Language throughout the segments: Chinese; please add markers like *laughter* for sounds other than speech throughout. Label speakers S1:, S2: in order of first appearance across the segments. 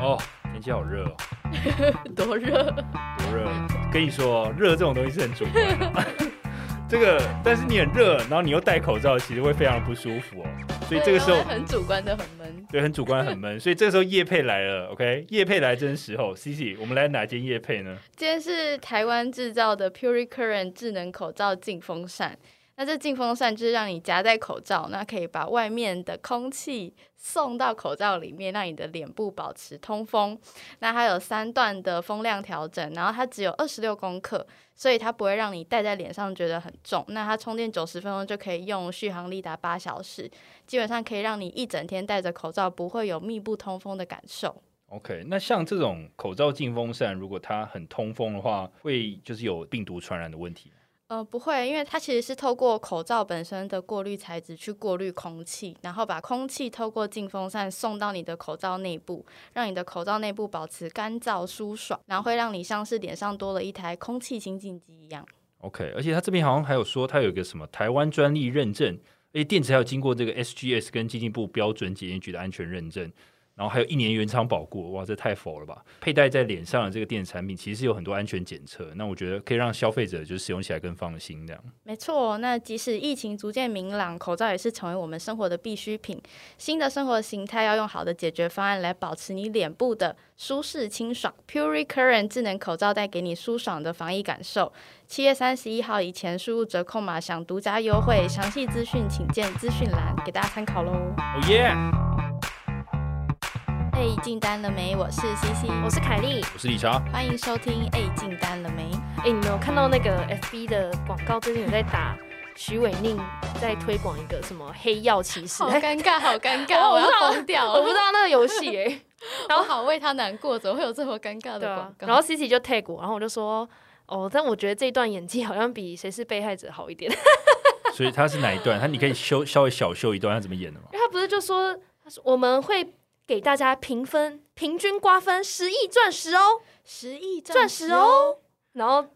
S1: 哦，天气好热哦，*laughs*
S2: 多热，
S1: 多热！哦跟你说，热这种东西是很主观的。 *laughs* 这个，但是你很热，然后你又戴口罩，其实会非常不舒服哦。所以这个时候
S2: 对啊然后很主观的很闷。
S1: 对，很主观，很闷。所以这个时候叶配来了，OK？叶配来真时候，Cici，我们来哪间叶配呢？
S2: 今天是台湾制造的 Puricurrent 智能口罩净风扇。那这净风扇就是让你夹在口罩，那可以把外面的空气送到口罩里面，让你的脸部保持通风。那它有三段的风量调整，然后它只有二十六公克，所以它不会让你戴在脸上觉得很重。那它充电九十分钟就可以用，续航力达八小时，基本上可以让你一整天戴着口罩不会有密不通风的感受。
S1: OK，那像这种口罩进风扇，如果它很通风的话，会就是有病毒传染的问题。
S2: 呃，不会，因为它其实是透过口罩本身的过滤材质去过滤空气，然后把空气透过进风扇送到你的口罩内部，让你的口罩内部保持干燥舒爽，然后会让你像是脸上多了一台空气清净机一样。
S1: OK，而且它这边好像还有说，它有一个什么台湾专利认证，而且电池还有经过这个 SGS 跟经济部标准检验局的安全认证，然后还有一年原厂保固，哇，这太佛了吧！佩戴在脸上的这个电子产品，其实有很多安全检测，那我觉得可以让消费者就是使用起来更放心这样。
S2: 没错，那即使疫情逐渐明朗，口罩也是成为我们生活的必需品。新的生活形态要用好的解决方案来保持你脸部的舒适清爽。Puricurrent 智能口罩带给你舒爽的防疫感受。七月三十一号以前输入折扣码享独家优惠，详细资讯请见资讯栏，给大家参考喽。
S1: 哦
S3: Oh
S1: 耶！
S2: A 哎进单了没？我是 CC，
S3: 我是凯莉。
S1: 我是理查，
S2: 欢迎收听 A 进单了
S3: *laughs*
S2: 没？
S3: 哎、你们有看到那个 FB 的广告？最近有在打徐伟宁在推广一个什么黑药骑士？
S2: 好
S3: 哎
S2: 尴尬，好尴尬，
S3: 我
S2: 我
S3: 不知
S2: 要
S3: 道
S2: 疯掉
S3: *laughs* 我
S2: 了，
S3: 不知道那个游戏
S2: *laughs*
S3: 哎，
S2: 我好为他难过，怎么会有这么尴尬
S3: 对
S2: 的
S3: 啊
S2: 广。告？
S3: 然后 Cici 就 tag 我，然后我就说。哦，但我觉得这段演技好像比谁是被害者好一点， *laughs*
S1: 所以它是哪一段？它你可以修稍微小修一段，它怎么演的吗？
S3: 因为他不是就说，他说我们会给大家评分，平均瓜分十亿钻石哦，
S2: 十亿钻
S3: 钻
S2: 石
S3: 石
S2: 哦。
S3: 哦，然后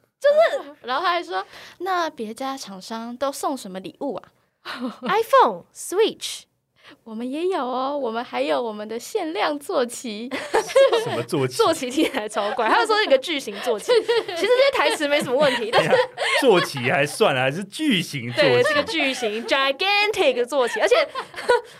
S2: 然后他还说，那别家厂商都送什么礼物啊？
S3: iPhone、Switch， *laughs*
S2: 我们也有哦，我们还有我们的限量坐
S3: *laughs*
S2: 骑，
S1: 什么坐骑？
S3: *laughs* 坐骑听起来超怪，他就说一个巨型坐骑， *laughs* 其实这些台词没什么问题，但
S1: 等一下坐骑还算了，还是巨型坐
S3: 对，
S1: 骑
S3: 这个巨型 gigantic 的坐骑，而且 *laughs*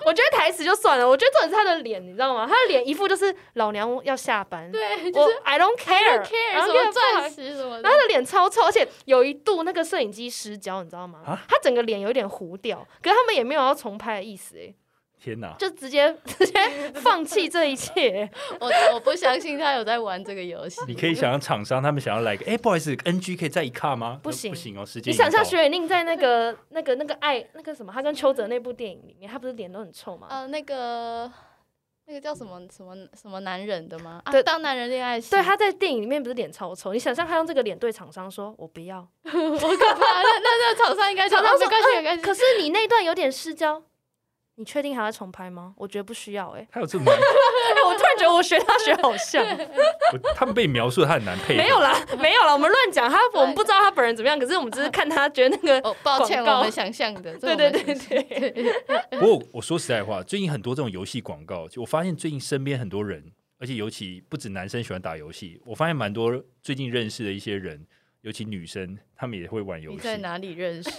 S3: 我觉得台词就算了，我觉得重点是他的脸，你知道吗？他的脸一副就是老娘要下班，
S2: 对，就
S3: 我
S2: 是
S3: I don't care，,
S2: don't care
S3: I don't
S2: 什
S3: give
S2: 么
S3: a
S2: 钻
S3: fuck
S2: 石什么的
S3: 然后他。的脸超臭，而且有一度那个摄影机失焦，你知道吗
S1: 啊？
S3: 他整个脸有点糊掉，可是他们也没有要重拍的意思，
S1: 啊
S3: 哎，
S1: 天哪！
S3: 就直接 *laughs* 直接放弃这
S1: *laughs*
S3: 一切。
S2: 我我不相信他有在玩这个游
S3: *laughs*
S2: 戏。
S1: 你可以想象厂商他们想要来一个，哎、不好意思，NG 可以再一卡吗？
S3: 不行
S1: 不行哦，时间
S3: 你
S1: 已经
S3: 想象
S1: 到
S3: 徐伟宁在那个那个那个爱那个什么，他跟邱泽那部电影里面，他不是脸都很臭吗？
S2: 呃，那个那个叫什么什么什么男人的吗？啊，
S3: 对
S2: 当男人恋爱时，
S3: 对，他在电影里面不是脸超丑，你想象他用这个脸对厂商说：“我不要。
S2: *laughs* 我可怕。那那那厂商应该
S3: 厂
S2: 说
S3: 商说
S2: 没关系没关”系，
S3: 可是你那段有点失焦，你确定还要重拍吗？我觉得不需要哎、
S1: 他有这种难，
S3: *laughs* 我突然觉得我学他学好 *laughs* 像，
S1: *laughs* 我他们被描述他很难配合，
S3: 没有啦，没有啦，我们乱讲他，我们不知道他本人怎么样，可是我们只是看他觉得那个，
S2: 哦，抱歉，
S3: 广告
S2: 我们想象的，这
S3: 对
S2: 我
S3: 对
S2: 们
S3: 对对，
S1: 不过我说实在话，最近很多这种游戏广告，就我发现最近身边很多人，而且尤其不止男生喜欢打游戏，我发现蛮多最近认识的一些人，尤其女生，她们也会玩游
S2: 你
S1: 戏。
S2: 在哪里认识？
S3: *laughs*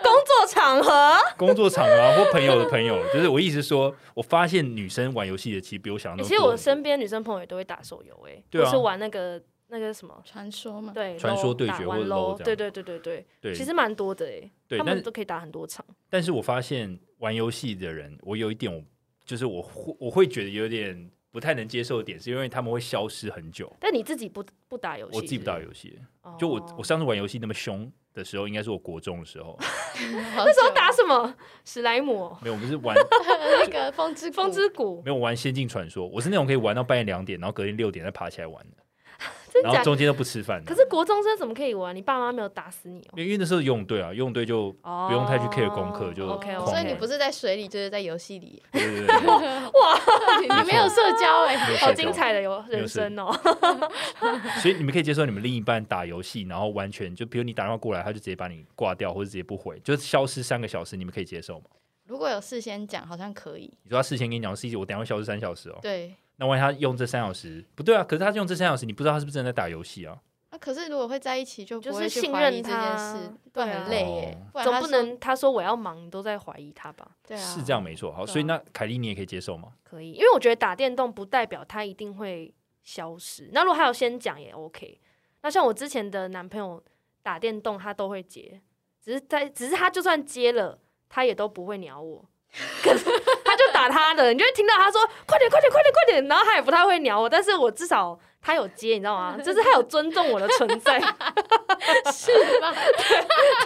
S3: 工作场合
S1: 工作场啊，或朋友的朋友，就是我意思说，我发现女生玩游戏的其实比我想象
S3: 欸
S1: 中
S3: 其
S1: 多很
S3: 实
S1: 多。
S3: 我身边女生朋友也都会打手游哎、
S1: 对啊
S3: 或是玩那个那个什么，
S2: 传说嘛，
S3: 对，
S1: 传说对决
S3: 打玩
S1: 或者 LOL
S3: LOL，
S1: 这样
S3: 对对对对对，
S1: 对，
S3: 其实蛮多的哎、
S1: 对
S3: 他
S1: 但
S3: 们
S1: 是
S3: 都可以打很多场，
S1: 但是我发现玩游戏的人，我有一点我就是我会我会觉得有点不太能接受的点，是因为他们会消失很久。
S3: 但你自己不不打游戏，
S1: 我记不到
S3: 是
S1: 游戏，
S3: 不是，
S1: 就我
S3: 哦
S1: 我上次玩游戏那么凶的时候，应该是我国中的时候，
S2: 那
S3: *laughs* 那时候打什么史莱姆哦、
S1: 没有，我们是
S3: *laughs*
S1: 玩
S2: 那个风之
S3: 风之谷，
S1: 没有我玩《仙境传说》，我是那种可以玩到半夜两点，然后隔天六点再爬起来玩的，
S3: 真
S1: 然
S3: 假
S1: 后？中间都不吃饭的。
S3: 可是国中生怎么可以玩？你爸妈没有打死你哦、
S1: 因为那时候游泳队啊，游泳队就
S3: 哦
S1: 不用太去 care 功课就
S3: OK 哦
S1: 狂
S2: 所以你
S1: 玩，
S2: 不是在水里，就是在游戏
S3: *laughs*
S2: 里
S1: 对对对对
S2: 你你没有社交哎、
S1: 没有社
S3: 好
S1: 交
S3: 精彩的有人生哦、
S1: 所以你们可以接受你们另一半打游戏，然后完全就比如你打电话过来，他就直接把你挂掉，或者直接不回，就是消失三个小时，你们可以接受吗？
S2: 如果有事先讲，好像可以。
S1: 你说他事先跟你讲是一，我等一下会消失三小时哦。
S2: 对，
S1: 那万一他用这三小时不对啊，可是他用这三小时，你不知道他是不是正在打游戏啊？
S2: 啊，可是如果会在一起，就
S3: 就
S2: 不
S3: 是
S2: 会去
S3: 信
S2: 怀疑
S3: 任
S2: 这
S3: 他
S2: 件事，不然
S3: 对啊
S2: 很累耶。
S1: 哦
S2: 不然
S3: 总
S2: 他
S3: 不
S2: 说
S3: 能他说我要忙，你都在怀疑他吧？
S2: 对啊，
S1: 是这样没错。好，
S3: 对啊
S1: 所以那凯莉你也可以接受吗？
S3: 可以，因为我觉得打电动不代表他一定会消失。那如果他有先讲也 OK。那像我之前的男朋友打电动，他都会接，只是在只是他就算接了，他也都不会鸟我。 *laughs* 可是他就打他的，你就会听到他说快点快点快点快点，然后他也不太会鸟我，但是我至少他有接，你知道吗？就是他有尊重我的存在。
S2: 是 *laughs* 吧？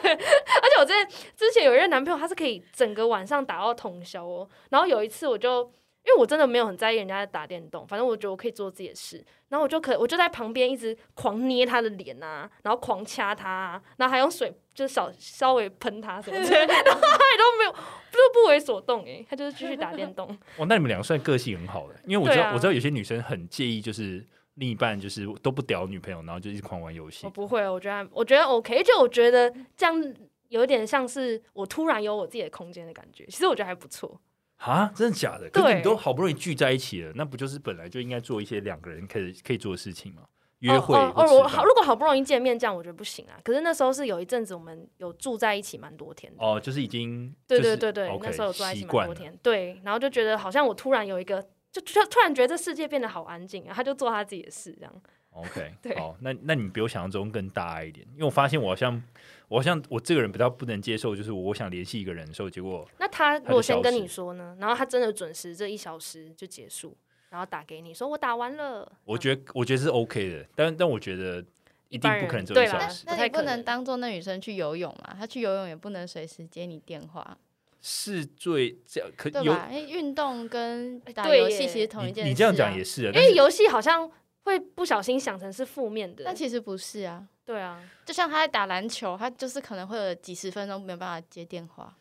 S3: 而且我之前之前有一任男朋友，他是可以整个晚上打到通宵哦。然后有一次我就，因为我真的没有很在意人家在打电动，反正我觉得我可以做自己的事。然后我就可我就在旁边一直狂捏他的脸啊，然后狂掐他、啊，然后还用水就是小稍微喷他什么之类的， *laughs* 然后他也都没有就不为所动诶、欸他就是继续打电动。
S1: 哇，哦那你们俩算个性很好的，因为我知
S3: 对
S1: 道、
S3: 啊
S1: 我知道有些女生很介意，就是另一半就是都不屌女朋友，然后就一直狂玩游戏
S3: 我。不会，我觉得还我觉得 OK，就我觉得这样有点像是我突然有我自己的空间的感觉，其实我觉得还不错。
S1: 啊，真的假的？可是
S3: 对
S1: 你们都好不容易聚在一起了，那不就是本来就应该做一些两个人可以可以做的事情吗？约会
S3: 哦
S1: 或
S3: 哦，
S1: 吃
S3: 哦我
S1: 饭
S3: 好，如果好不容易见面，这样我觉得不行啊。可是那时候是有一阵子我们有住在一起蛮多天的，
S1: 哦，就是已经
S3: 对
S1: 就是
S3: 对对对
S1: OK，
S3: 那时候有住在一
S1: 习
S3: 起蛮
S1: 惯
S3: 多
S1: 了。
S3: 天，对，然后就觉得好像我突然有一个，就就突然觉得这世界变得好安静啊，他就做他自己的事这样。
S1: OK，
S3: *laughs* 对
S1: 好，那那你比我想象中更大爱一点，因为我发现我好像我好像我这个人比较不能接受，就是我想联系一个人的时候，结果
S3: 那他如
S1: 他就
S3: 果先跟
S1: 消失
S3: 你说呢，然后他真的准时这一小时就结束，然后打给你说我打完了，嗯
S1: 我觉得我觉得是 OK 的，但但我觉得一定
S3: 般
S1: 不
S3: 人
S1: 可能只有一
S3: 对
S1: 小
S3: 啦
S2: 那
S1: 时，
S2: 那
S3: 不太
S2: 你不
S3: 可
S2: 能
S3: 能
S2: 当做那女生去游泳嘛？她去游泳也不能随时接你电话，
S1: 是最这样可
S2: 对
S1: 有
S2: 吧？因为运动跟打
S3: 哎对
S2: 游戏
S3: 耶
S2: 其实同一件
S1: 你
S2: 事、啊
S1: 你这样讲也，是啊，
S3: 因
S1: 但
S3: 为
S1: 是
S3: 游戏好像会不小心想成是负面的
S2: 但，其实不是啊。
S3: 对啊，
S2: 就像她在打篮球，她就是可能会有几十分钟没有办法接电话。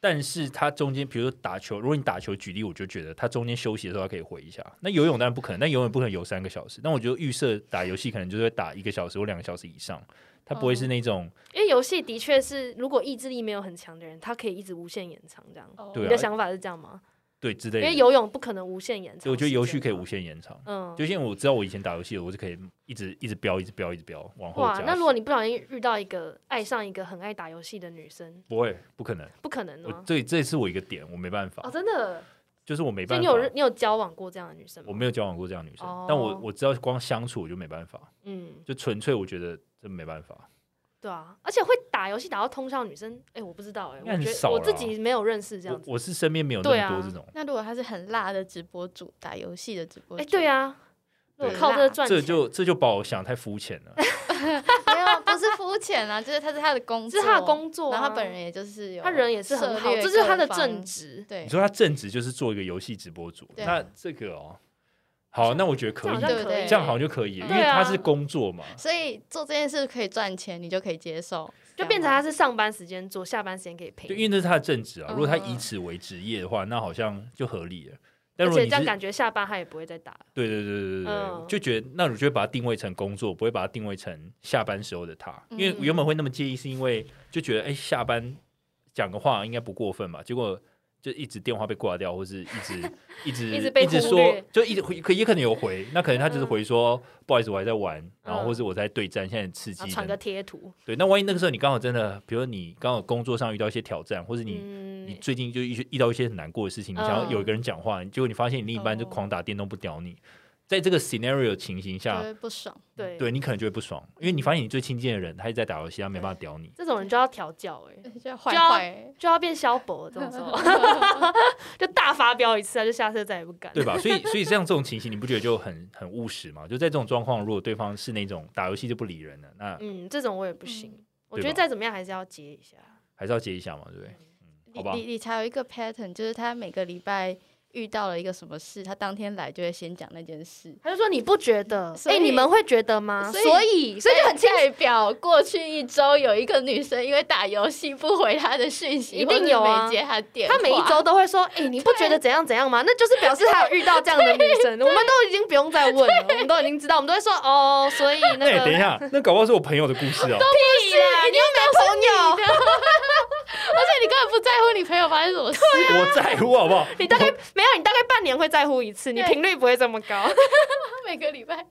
S1: 但是他中间比如说打球，如果你打球举例，我就觉得他中间休息的时候他可以回一下。那游泳当然不可能，但游泳不可能游三个小时，但我觉得预设打游戏可能就是会打一个小时或两个小时以上，他不会
S3: 嗯
S1: 是那种、
S3: 因为游戏的确是如果意志力没有很强的人，他可以一直无限延长这样。
S1: 对
S3: 你
S1: 啊
S3: 的想法是这样吗？
S1: 对之类
S3: 因
S1: 的
S3: 为。游泳不可能无限延
S1: 所以
S3: 长。
S1: 我觉得游戏可以无。限延长。
S3: 嗯，
S1: 就像我知道我以前打游戏，我是可以一直一直飙，一直飙，一直飙往后
S3: 哇
S1: 加。，
S3: 那如果你不小心遇到一个爱上一个很爱打游戏的女生，
S1: 不会，不可能。
S3: 不可能
S1: 我
S3: 哦。
S1: 这这是我一个点，我没办法，
S3: 哦，真的，
S1: 就是我没
S3: 所
S1: 办
S3: 以你
S1: 法。
S3: 有你有交往过这样的女生吗？
S1: 我没有交往过这样的女生，
S3: 哦
S1: 但我我知道光相处我就没办法，
S3: 嗯，
S1: 就纯粹我觉得真没办法。
S3: 对啊，而且会打游戏打到通宵的女生，哎，我不知道哎，
S1: 应该
S3: 我
S1: 很
S3: 觉
S1: 少
S3: 得我自
S1: 啦
S3: 己没有认识这样
S1: 我
S3: 子。
S1: 我是身边没有
S3: 对
S1: 那
S3: 啊
S1: 么多这种，
S2: 那如果她是很辣的直播主，打游戏的直播主，
S3: 哎，对
S2: 呀、
S3: 啊，我
S1: 对
S3: 靠这个赚钱，
S1: 这就这就把我想太肤浅
S3: *laughs*
S1: 了。
S2: 没有不是肤浅啊，就是她是她的工
S3: 这
S2: 作，
S3: 是她的工作啊，
S2: 然后她本人也就是有，
S3: 他人也是很
S2: 涉
S3: 好，
S2: 猎
S3: 这就是他
S2: 各
S3: 的
S2: 方
S3: 正职。
S2: 对
S1: 你，说他正职就是做一个游戏直播主，
S2: 对啊
S1: 那这个哦，好，那我觉得可以
S3: 这，样
S2: 对
S3: 好
S2: 不
S3: 像可
S2: 对？
S3: 以
S1: 这样好像就可以，因为
S3: 对啊
S1: 他是工作
S3: *laughs*
S1: 嘛。
S2: 所以做这件事可以赚钱，你就可以接受，
S3: 就变成
S2: 这样吗
S3: 他是上班时间做，下班时间可以陪
S1: 对，
S3: 你。
S1: 因为那是他的正职啊。
S2: 嗯
S1: 如果他以此为职业的话，那好像就合理了。但
S3: 哦而
S1: 如果
S3: 且
S1: 你
S3: 这样
S1: 是
S3: 感觉下班他也不会再打了。
S1: 对对对对对对，
S3: 嗯
S1: 就觉得那我就会把它定位成工作，不会把它定位成下班时候的他。因
S2: 嗯
S1: 为原本会那么介意，是因为就觉得哎、下班讲个话应该不过分吧？结果就一直电话被挂掉，或是一直一直
S3: *laughs* 一直被
S1: 直
S3: 忽
S1: 说
S3: 略，
S1: 就一直回，可也可能有回，那可能他就是回说、不好意思，我还在玩，然后
S3: 嗯啊
S1: 或是我在对战，现在很刺
S3: 然后
S1: 激
S3: 传
S1: 等
S3: 个
S1: 等。
S3: 贴图，
S1: 对，那万一那个时候你刚好真的，比如你刚好工作上遇到一些挑战，或是你你
S3: 嗯，
S1: 最近就遇遇到一些很难过的事情，你想要
S3: 嗯
S1: 有一个人讲话，结果你发现你另一半就
S2: 哦
S1: 狂打电动不屌你，在这个 scenario 情形
S2: 就
S1: 下，
S2: 会不爽。
S3: 对
S1: 对你可能就会不爽，因为你发现你最亲近的人他一直在打游戏，他没办法屌你。
S3: 这种人就要调教哎、欸，
S2: 就坏
S3: *laughs* 就要
S2: 坏，
S3: 就要变萧伯这种时
S2: *laughs*
S3: 候，就大发飙一次，他啊就下次再也不敢。
S1: 对吧？所以，所以像这种情形，你不觉得就很很务实吗？就在这种状况，如果对方是那种打游戏就不理人的，那
S3: 嗯，这种我也不行。
S2: 嗯
S3: 我觉得再怎么样还是要接一下。
S1: 还是要接一下嘛，对不对？好
S2: 理
S1: 吧
S2: 理理查有一个 pattern，就是他每个礼拜遇到了一个什么事，他当天来就会先讲那件事。
S3: 他就说你不觉得？
S2: 嗯所
S3: 哎、
S2: 以
S3: 你们会觉得吗？
S2: 所以
S3: 啊所以，所以就很清
S2: 代表过去一周有一个女生因为打游戏不回他的讯息，
S3: 一定有
S2: 或
S3: 啊
S2: 者没接他电话，
S3: 他每一周都会说：“哎、你不觉得怎样怎样吗？”那就是表示他有遇到这样的女
S2: *laughs*
S3: 生，我们都已经不用再问了，我们都已经知道，我们都会说：“哦，
S1: *laughs*
S3: 所以那
S1: 那、
S3: 个
S1: 等一下，那搞不好是我朋友的故事哦。
S3: 屁啦，你又没朋友，
S2: 且你根本不在乎你朋友发生什么事。
S1: 我
S3: 啊
S1: 在乎好不好？
S3: 你大概没有，你大概半年会在乎一次，你
S2: 对
S3: 频率不会这么高。
S2: 他每个礼拜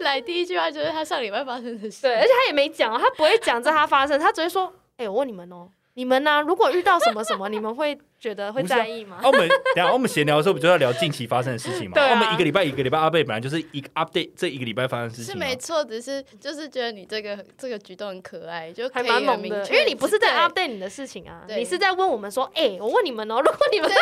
S2: 来第一句话就是他上礼拜发生的事。
S3: 对，而且他也没讲哦，他不会讲这他发生，他只会说：“哎、我问你们哦，你们呢、如果遇到什么什么，你们会觉得会
S1: 不是啊
S3: 在意吗
S1: 澳门，等一下我们闲聊的时候，不就要聊近期发生的事情吗？
S3: 对啊
S1: 澳门一个礼拜一个礼拜 update，本来就是一个 update 这一个礼拜发生的事
S2: 是
S1: 情嘛。
S2: 没错，只是就是觉得你这个这个举动很可爱，就？”可
S3: 还
S2: 以
S3: 蛮
S2: 很
S3: 猛
S2: 明
S3: 的，
S2: 确
S3: 因为你不是在
S2: 对
S3: update 你的事情啊，
S2: 对
S3: 你是在问我们说：“哎、我问你们哦，如果你们
S2: 对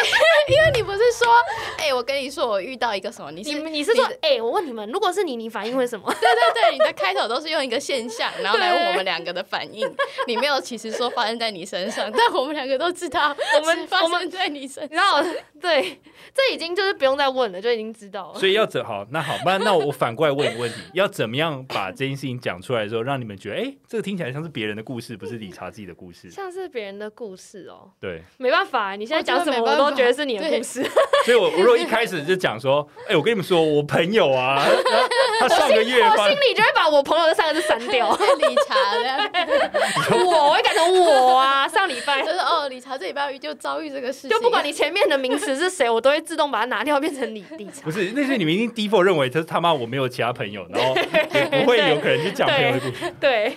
S2: 因为你不是说，哎、我跟你说我遇到一个什么，你是
S3: 你们你是说
S2: 你的，
S3: 哎、我问你们，如果是你，你反应会什么？ *laughs*
S2: 对对对，你的开头都是用一个现象，然后来问
S3: 对
S2: 我们两个的反应，你没有其实说发生在你身上，但我们两个都知道，
S3: *laughs* 我们
S2: 发
S3: 我们
S2: 生在你身上。
S3: 你知道，对，这已经就是不用再问了，就已经知道了。
S1: 所以要怎好？那好，那那我反过来问一个问题：要怎么样把这件事情讲出来的时候，让你们觉得，哎、这个听起来像是别人的故事，不是理查自己的故事？
S3: 像是别人的故事哦，
S1: 对，
S3: 没办法，你现在
S2: 我觉得
S3: 讲什么
S2: 没
S3: 我
S2: 办法
S3: 都觉得是你的故事。
S1: 所以我我如果一开始就讲说，哎、我跟你们说，我朋友啊， *laughs* 他他上个月
S3: 我
S1: 发
S3: 心，里就会把我朋友这三个字删掉，
S2: *laughs*
S3: *laughs*
S2: 理查这样，
S3: 我会改成我啊。上礼
S2: *laughs*
S3: 拜
S2: 就是哦，理查这礼拜就遭遇这个事情，
S3: 就不管你前面的名词是谁，我都会自动把它拿掉，变成你立场
S1: 不。是，那是你们一定 default 认为他他妈我没有其他朋友，然后也不会有可能去讲朋友的故事。
S3: 对，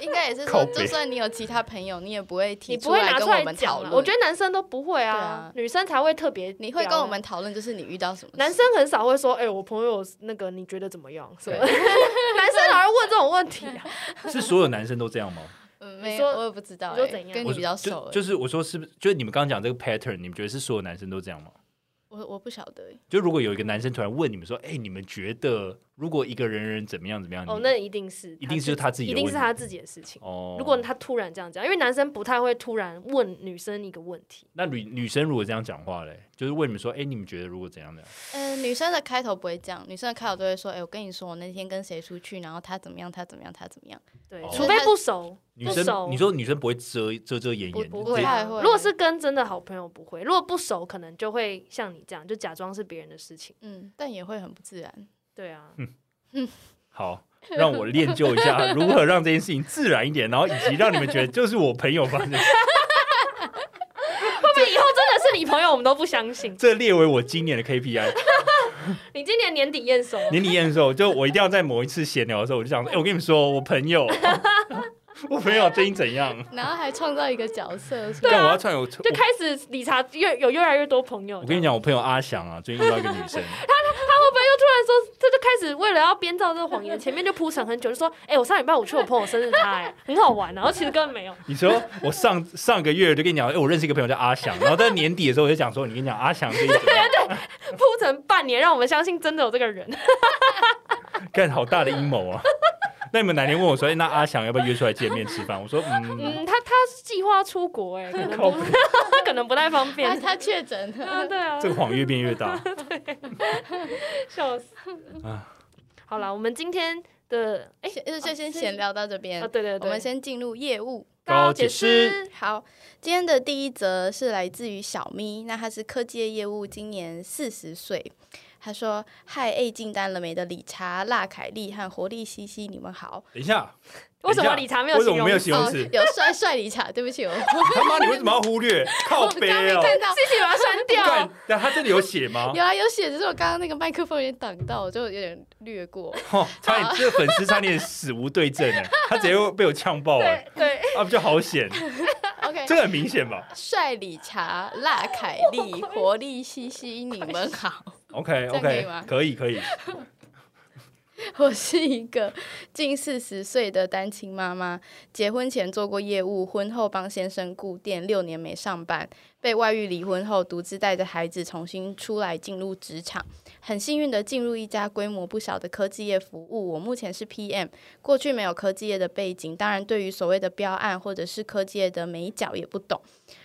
S2: 应该也是
S1: 靠
S2: 说，
S1: 北
S2: 就算你有其他朋友，你也不会提
S3: 你不会拿
S2: 跟
S3: 出
S2: 我
S3: 来
S2: 们
S3: 讲
S2: 讨
S3: 啊。
S2: 论。
S3: 我觉得男生都不会啊
S2: 对啊，
S3: 女生才会特别。
S2: 你会跟我们，
S3: 啊
S2: 讨论，就是你遇到什么事
S3: 男生很少会说，哎，我朋友那个你觉得怎么样？什么？
S1: 对
S3: *laughs* 男生哪会问这种问题啊？
S1: 是所有男生都这样吗？
S2: 嗯，没
S3: 你
S2: 有，
S3: 说
S2: 我也不知道、
S3: 你说
S2: 欸
S3: 怎样
S2: 跟
S1: 我
S2: 你比较熟、
S1: 就
S2: 欸，
S1: 就是我说是不是？就是你们刚刚讲这个 pattern，你们觉得是所有男生都这样吗？
S2: 我我不晓得、欸，
S1: 就如果有一个男生突然问你们说，哎、你们觉得如果一个人人怎么样怎么样？
S3: 哦，
S1: 你
S3: 那一定是，
S1: 一定是他自己的
S3: 一定是
S1: 问题
S3: 他自己的事情。
S1: 哦，
S3: 如果他突然这样讲，因为男生不太会突然问女生一个问题，
S1: 那女女生如果这样讲话嘞，就是问你们说，哎、你们觉得如果怎样怎样？
S2: 嗯、女生的开头不会这样，女生的开头都会说，哎、我跟你说，我那天跟谁出去，然后他怎么样，他怎么样，他怎么样，
S3: 对
S1: 哦，
S3: 除非不熟，
S1: 女
S3: 不熟
S1: 生，你说女生不会遮遮遮掩
S3: 不
S1: 掩，
S3: 不
S1: 就直
S3: 会
S1: 接
S3: 啊
S2: 不太。会
S3: 如果是跟真的好朋友不会，如果不熟，可能就会像你这样，就假装是别人的事情。
S2: 嗯，但也会很不自然。
S3: 对啊，
S1: 好，让我练就一下如何让这件事情自然一点，然后以及让你们觉得就是我朋友发生的事，
S3: 会不会以后真的是你朋友，我们都不相信？
S1: 这列为我今年的 KPI。
S3: 你今年年底验收，啊
S1: 年底验的时候，就我一定要在某一次闲聊的时候，我就想说，哎、我跟你们说，我朋友，我朋友最近怎样？
S2: 然后还创造一个角色
S3: *laughs*
S2: 出来，
S1: 但我要串我，
S3: 就
S1: 我
S3: 开始理查越有越来越多朋友。
S1: 我跟你
S3: 讲，
S1: 讲，我朋友阿翔啊，最近遇到一个女生，
S3: 他会不会又突然说，这就开始为了要编造这
S1: *laughs*
S3: 个谎言，前面就铺陈很久，就说，哎、我上礼拜五去我朋友生日他、哎，很好玩、然后其实根本没有。
S1: 你说我上上个月就跟你讲，哎、我认识一个朋友叫阿翔，然后在年底的时候我就讲说，你跟你讲阿翔最近怎么样？
S3: 铺陈半年，让我们相信真的有这个人。
S1: 干好大的阴谋啊！ *laughs* 那你们哪天问我说，哎、那阿翔要不要约出来见面吃饭？我说，嗯，
S2: *laughs*
S3: 嗯，他他计划出国、哎，可能
S1: 靠
S3: 不
S1: 北，
S3: 他 *laughs* 可能不太方
S2: 他
S3: 便。
S2: 他确诊了，
S3: *laughs* 啊，对啊
S1: 这，个谎越变越大。
S3: 笑死。
S1: 啊
S3: 好了，我们今天的哎、
S2: 先就先
S3: 是
S2: 闲聊到这边。
S3: 啊，对对对，
S2: 我们先进入业务。
S1: 高解释
S2: 好，今天的第一则是来自于小咪，那他是科技业业务，今年四十岁。他说：“嗨，A 进单了没的理查、辣凯丽和活力西西，你们好。哦
S1: 等一下，
S3: 为什么
S1: 等一
S3: 理
S1: 下
S3: 查没有
S1: 为什
S3: 形
S1: 么
S3: 容
S1: 没有
S3: *laughs* 词？
S1: 形容词？
S2: 有帅帅理查，对不起，我
S1: 他妈，你为什么要忽略？靠
S2: 我刚
S1: 背
S2: 没
S1: 哦！
S2: 看到。
S3: 谢谢，把它删掉
S1: 干。，但他这里有写吗？
S2: 有啊，有写，只是我刚刚那个麦克风有点挡到，我就有点略过。
S1: 哦，差点这个粉丝差点死无对证哎，他直接被我呛爆哎，
S3: 对对， *laughs*
S1: 啊不就好险？
S2: OK，
S1: 这个很明显吧
S2: 帅理查、辣凯丽、活力西西，你们好。
S1: ？OK
S2: 这样可以
S1: OK，
S2: 吗
S1: 可以可以，
S2: 我是一个近四十岁的单亲妈妈，结婚前做过业务，婚后帮先生顾店，六年没上班，被外遇离婚后，独自带着孩子重新出来进入职场。很幸运的进入一家规模不小的科技业服务，我目前是 PM，过去没有科技业的背景，当然对于所谓的标案或者是科技业的美角也不懂。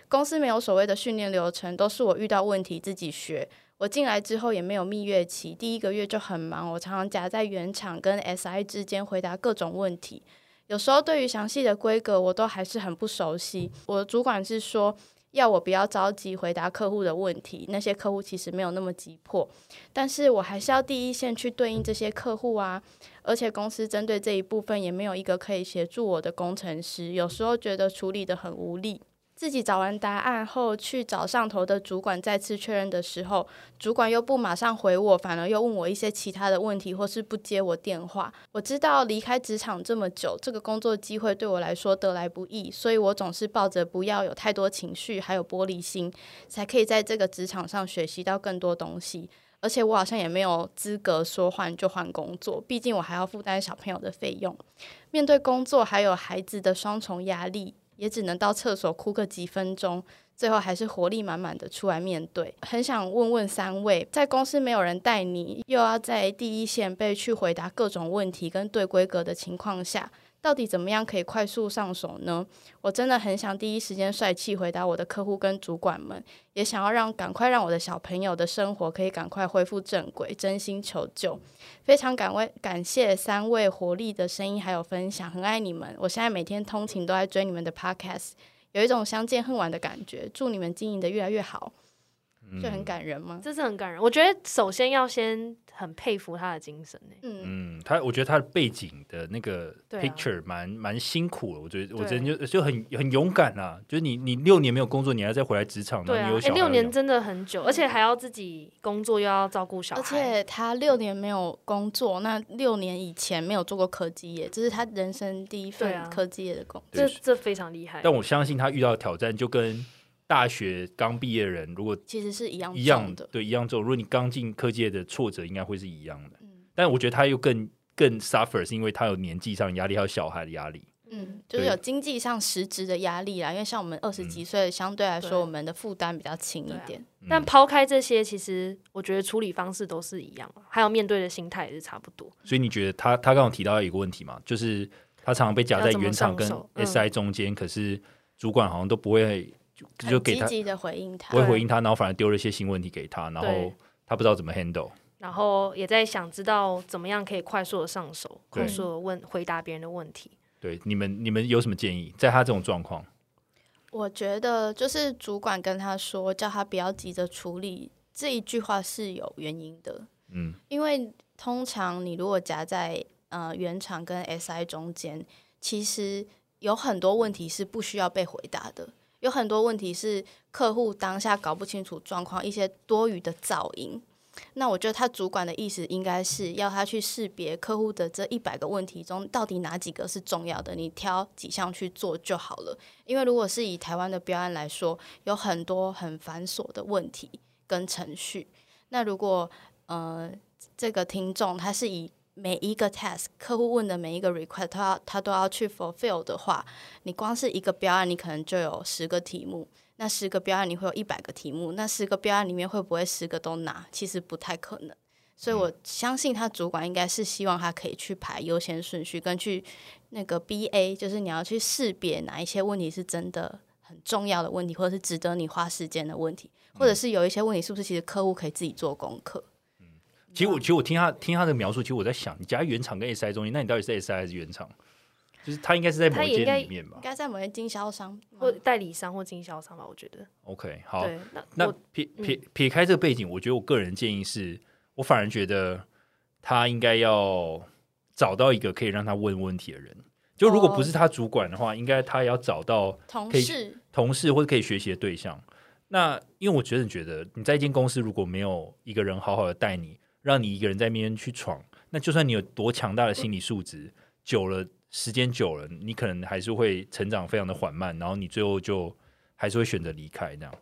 S2: 公司没有所谓的训练流程，都是我遇到问题自己学。我进来之后也没有蜜月期，第一个月就很忙，我常常夹在原厂跟 SI 之间回答各种问题。有时候对于详细的规格，我都还是很不熟悉。我的主管是说要我不要着急回答客户的问题，那些客户其实没有那么急迫，但是我还是要第一线去对应这些客户啊。而且公司针对这一部分也没有一个可以协助我的工程师，有时候觉得处理的很无力。自己找完答案后去找上头的主管再次确认的时候，主管又不马上回我，反而又问我一些其他的问题，或是不接我电话。我知道离开职场这么久，这个工作机会对我来说得来不易，所以我总是抱着不要有太多情绪，还有玻璃心，才可以在这个职场上学习到更多东西。而且我好像也没有资格说换就换工作，毕竟我还要负担小朋友的费用。面对工作还有孩子的双重压力，也只能到厕所哭个几分钟，最后还是活力满满的出来面对。很想问问三位，在公司没有人带你，又要在第一线被去回答各种问题跟对规格的情况下，到底怎么样可以快速上手呢？我真的很想第一时间帅气回答我的客户跟主管们，也想要让赶快让我的小朋友的生活可以赶快恢复正轨，真心求救。非常感为感谢三位活力的声音还有分享，很爱你们。我现在每天通勤都在追你们的 podcast，有一种相见恨晚的感觉。祝你们经营的越来越好，
S1: 嗯
S2: 就很感人吗？
S3: 这是很感人。我觉得首先要先很佩服他的精神欸呢、
S2: 嗯，
S1: 嗯，他我觉得他的背景的那个
S3: 对啊
S1: picture 蛮蛮辛苦的，我觉得我觉得
S3: 对
S1: 就就很很勇敢啊，就是你你六年没有工作，你还再回来职场，
S3: 对
S1: 然后
S3: 啊
S1: 你有，
S3: 哎、
S1: 小孩
S3: 六
S1: 要
S3: 年
S1: 养
S3: 真的很久，而且还要自己工作，又要照顾小孩，
S2: 而且他六年没有工作，那六年以前没有做过科技业，这是他人生第一
S3: 对
S2: 份
S3: 啊
S2: 科技业的工作。
S3: 这
S1: 对
S3: 这非常厉害。
S1: 但我相信他遇到的挑战就跟大学刚毕业的人如果
S2: 其实是一样
S1: 一样
S2: 重的，
S1: 对一样重，如果你刚进科技业的挫折，应该会是一样的。
S2: 嗯
S1: 但我觉得他又更更 suffer，是因为他有年纪上的压力，还有小孩的压力。
S2: 嗯，就是有经济上实质的压力啦，因为像我们二十几岁，相对来
S3: 对啊
S2: 说我们的负担比较轻一点。
S1: 嗯
S3: 但抛开这些，其实我觉得处理方式都是一样，啊还有面对的心态也是差不多。
S1: 所以你觉得他他刚刚提到一个问题嘛，就是他常常被夹在原厂跟
S3: 要怎么上手嗯
S1: SI 中间，可是主管好像都不会就就
S2: 很
S1: 给
S2: 积
S1: 他
S2: 极的回应他
S1: 不，会回应他，然后反而丢了一些新问题给他，然后
S3: 对
S1: 他不知道怎么 handle。
S3: 然后也在想知道怎么样可以快速的上手，
S1: 对
S3: 快速的问回答别人的问题。
S1: 对，你们你们有什么建议？在他这种状况，
S2: 我觉得就是主管跟他说，叫他不要急着处理这一句话是有原因的，
S1: 嗯，
S2: 因为通常你如果夹在呃原厂跟 SI 中间，其实有很多问题是不需要被回答的，有很多问题是客户当下搞不清楚状况，一些多余的噪音。那我觉得他主管的意思应该是要他去识别客户的这一百个问题中，到底哪几个是重要的，你挑几项去做就好了。因为如果是以台湾的标案来说，有很多很繁琐的问题跟程序。那如果呃这个听众他是以每一个 task 客户问的每一个 request，他要他都要去 fulfill 的话，你光是一个标案，你可能就有十个题目。那十个标案你会有一百个题目，那十个标案里面会不会十个都拿？其实不太可能。所以我相信他主管应该是希望他可以去排优先顺序，跟去那个 BA，就是你要去识别哪一些问题是真的很重要的问题，或者是值得你花时间的问题，
S1: 嗯
S2: 或者是有一些问题是不是其实客户可以自己做功课。
S1: 其
S3: 嗯
S1: 实我其实我听他听他的描述，其实我在想，你夹在原厂跟 SI 中间，那你到底是 SI 还是原厂？就是他应该是在某
S3: 他
S1: 一
S3: 也应
S1: 间
S3: 该
S1: 里面吧
S2: 应该在某些经销商吗
S3: 或代理商或经销商吧，我觉得。
S1: ？OK，好，
S3: 对，那
S1: 那
S3: 我
S1: 撇撇撇开这个背景，我觉得我个人建议是，我反而觉得他应该要找到一个可以让他问问题的人。就如果不是他主管的话，应该他也要找到
S2: 同
S1: 可以
S2: 事，
S1: 同事或者可以学习的对象。那因为我觉得，觉得你在一间公司如果没有一个人好好的带你，让你一个人在那边去闯，那就算你有多强大的心理素质，久了时间久了，你可能还是会成长非常的缓慢，然后你最后就还是会选择离开那样。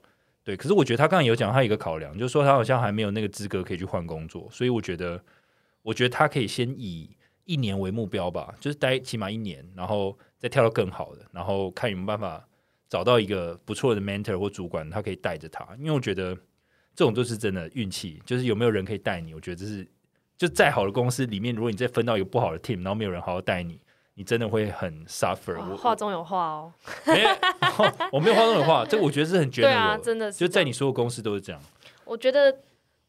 S1: 对，可是我觉得他刚才有讲，他有一个考量，就是说他好像还没有那个资格可以去换工作，所以我觉得，我觉得他可以先以一年为目标吧，就是待起码一年，然后再跳到更好的，然后看有没有办法找到一个不错的 mentor 或主管，他可以带着他。因为我觉得这种就是真的运气，就是有没有人可以带你。我觉得这是就再好的公司里面，如果你再分到一个不好的 team，然后没有人好好带你，你真的会很 suffer
S3: 哇
S1: 我。
S3: 话中有话哦。
S1: 我没有哦我没有话中有话，这个我觉得
S3: *laughs*
S1: 是很 general，
S3: 对啊，真的是
S1: 就
S3: 这
S1: 在
S3: 样
S1: 你所有公司都是这样。
S3: 我觉得，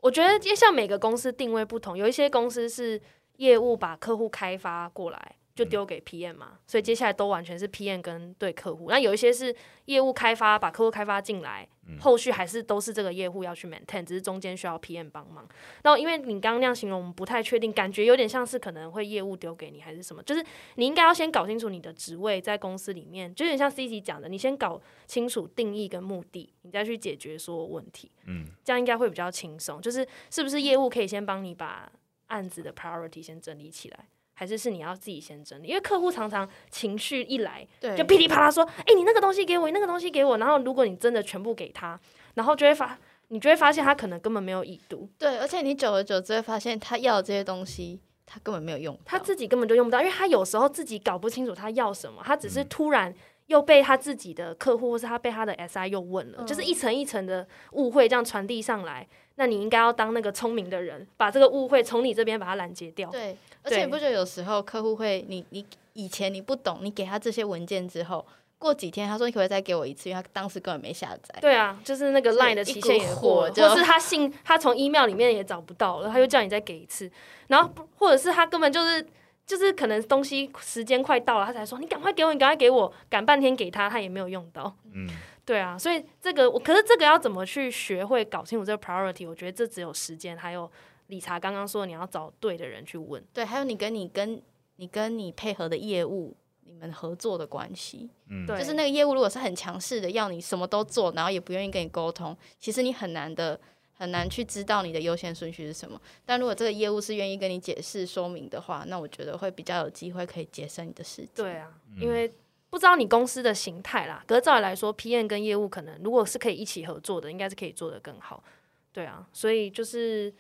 S3: 我觉得因为像每个公司定位不同，有一些公司是业务把客户开发过来，就丢给 PM 嘛，所以接下来都完全是 PM 跟对客户。那有一些是业务开发，把客户开发进来，后续还是都是这个业务要去 maintain，只是中间需要 PM 帮忙。那因为你刚刚那样形容，我们不太确定，感觉有点像是可能会业务丢给你还是什么，就是你应该要先搞清楚你的职位在公司里面，就有点像 C C 讲的，你先搞清楚定义跟目的，你再去解决所有问题。
S1: 嗯，
S3: 这样应该会比较轻松。就是是不是业务可以先帮你把案子的 priority 先整理起来，还是是你要自己先整理？因为客户常常情绪一来
S2: 对
S3: 就噼里啪啦说：“哎、你那个东西给我，你那个东西给我。”然后如果你真的全部给他，然后就会发你就会发现他可能根本没有已读，
S2: 对，而且你久而久之会发现，他要的这些东西，他根本没有用到。
S3: 他自己根本就用不到，因为他有时候自己搞不清楚他要什么，他只是
S2: 嗯
S3: 突然。又被他自己的客户，或是他被他的 SI 又问了，
S2: 嗯
S3: 就是一层一层的误会这样传递上来。那你应该要当那个聪明的人，把这个误会从你这边把它拦截掉。
S2: 对，而且
S3: 哦对
S2: 你不觉得有时候客户会，你你以前你不懂，你给他这些文件之后，过几天他说你可不可以再给我一次，因为他当时根本没下载。
S3: 对啊，就是那个
S2: 就是
S3: Line 的期限
S2: 一
S3: 也
S2: 股
S3: 过
S2: 火
S3: 了，
S2: 就
S3: 或是他信他从 email 里面也找不到了，他又叫你再给一次，然后不或者是他根本就是就是可能东西时间快到了，他才说你赶快给我，你赶快给我，赶半天给他，他也没有用到。
S1: 嗯，
S3: 对啊，所以这个我可是这个要怎么去学会搞清楚这个 priority？我觉得这只有时间，还有理查刚刚说你要找对的人去问。
S2: 对，还有你跟你跟你跟你配合的业务，你们合作的关系，
S1: 嗯
S3: 对
S2: 就是那个业务如果是很强势的，要你什么都做，然后也不愿意跟你沟通，其实你很难的。很难去知道你的优先顺序是什么，但如果这个业务是愿意跟你解释说明的话，那我觉得会比较有机会可以节省你的时间。
S3: 对啊，
S1: 嗯
S3: 因为不知道你公司的形态啦，可是照理来说，PM 跟业务可能如果是可以一起合作的，应该是可以做得更好。对啊，所以就是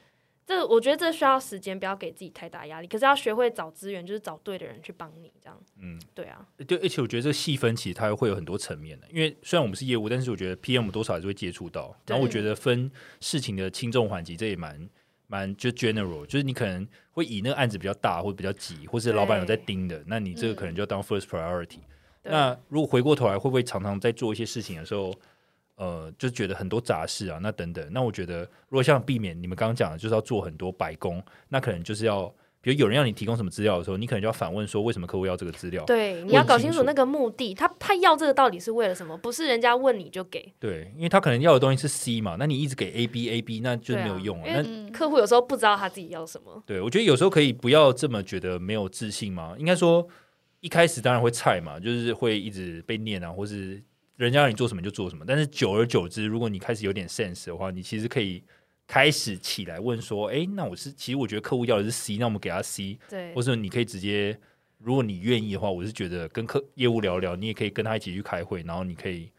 S3: 这，我觉得这需要时间，不要给自己太大压力，可是要学会找资源，就是找对的人去帮你，这样。
S1: 嗯，
S3: 对啊，
S1: 对，而且我觉得这个细分其实它会有很多层面的，因为虽然我们是业务，但是我觉得 PM 多少还是会接触到。然后我觉得分事情的轻重缓急，这也蛮蛮就 general，就是你可能会以那个案子比较大或比较急，或是老板有在盯的，那你这个可能就要当 first priority。
S3: 嗯对
S1: 那如果回过头来，会不会常常在做一些事情的时候，呃，就觉得很多杂事啊，那等等，那我觉得如果想避免你们刚刚讲的，就是要做很多白工，那可能就是要，比如有人要你提供什么资料的时候，你可能就要反问说，为什么客户要这个资料？
S3: 对，你
S1: 问
S3: 要搞
S1: 清
S3: 清
S1: 楚
S3: 楚那个目的，他他要这个到底是为了什么？不是人家问你就给。
S1: 对，因为他可能要的东西是 C 嘛，那你一直给 A B A B，那就是没有用啊。
S3: 对啊因为
S1: 那
S2: 嗯，
S3: 客户有时候不知道他自己要什么，
S1: 对我觉得有时候可以不要这么觉得没有自信嘛。应该说一开始当然会菜嘛，就是会一直被念啊，或是人家让你做什么就做什么。但是久而久之，如果你开始有点 sense 的话，你其实可以开始起来问说，哎，那我是其实我觉得客户要的是 C，那我们给他 C，
S3: 对
S1: 或，者你可以直接，如果你愿意的话，我是觉得跟客业务聊聊，你也可以跟他一起去开会，然后你可以，因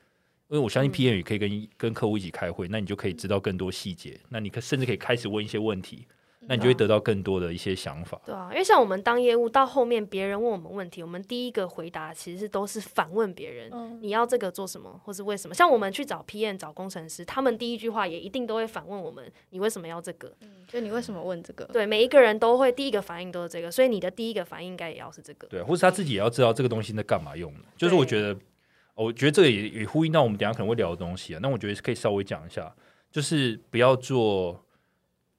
S1: 为我相信
S3: 嗯
S1: PM 也可以跟、跟客户一起开会，那你就可以知道更多细节，那你可甚至可以开始问一些问题，那你就会
S3: 嗯
S1: 得到更多的一些想法。
S3: 对啊，因为像我们当业务到后面，别人问我们问题，我们第一个回答其实都是反问别人，
S2: 嗯
S3: 你要这个做什么，或是为什么？像我们去找 PM 找工程师，他们第一句话也一定都会反问我们，你为什么要这个？
S2: 就你为什么问这个？
S3: 对，每一个人都会第一个反应都是这个，所以你的第一个反应应该也要是这个。
S1: 对，或是他自己也要知道这个东西在干嘛用的。就是我觉得，哦我觉得这个也也呼应到我们等一下可能会聊的东西啊。那我觉得可以稍微讲一下，就是不要做。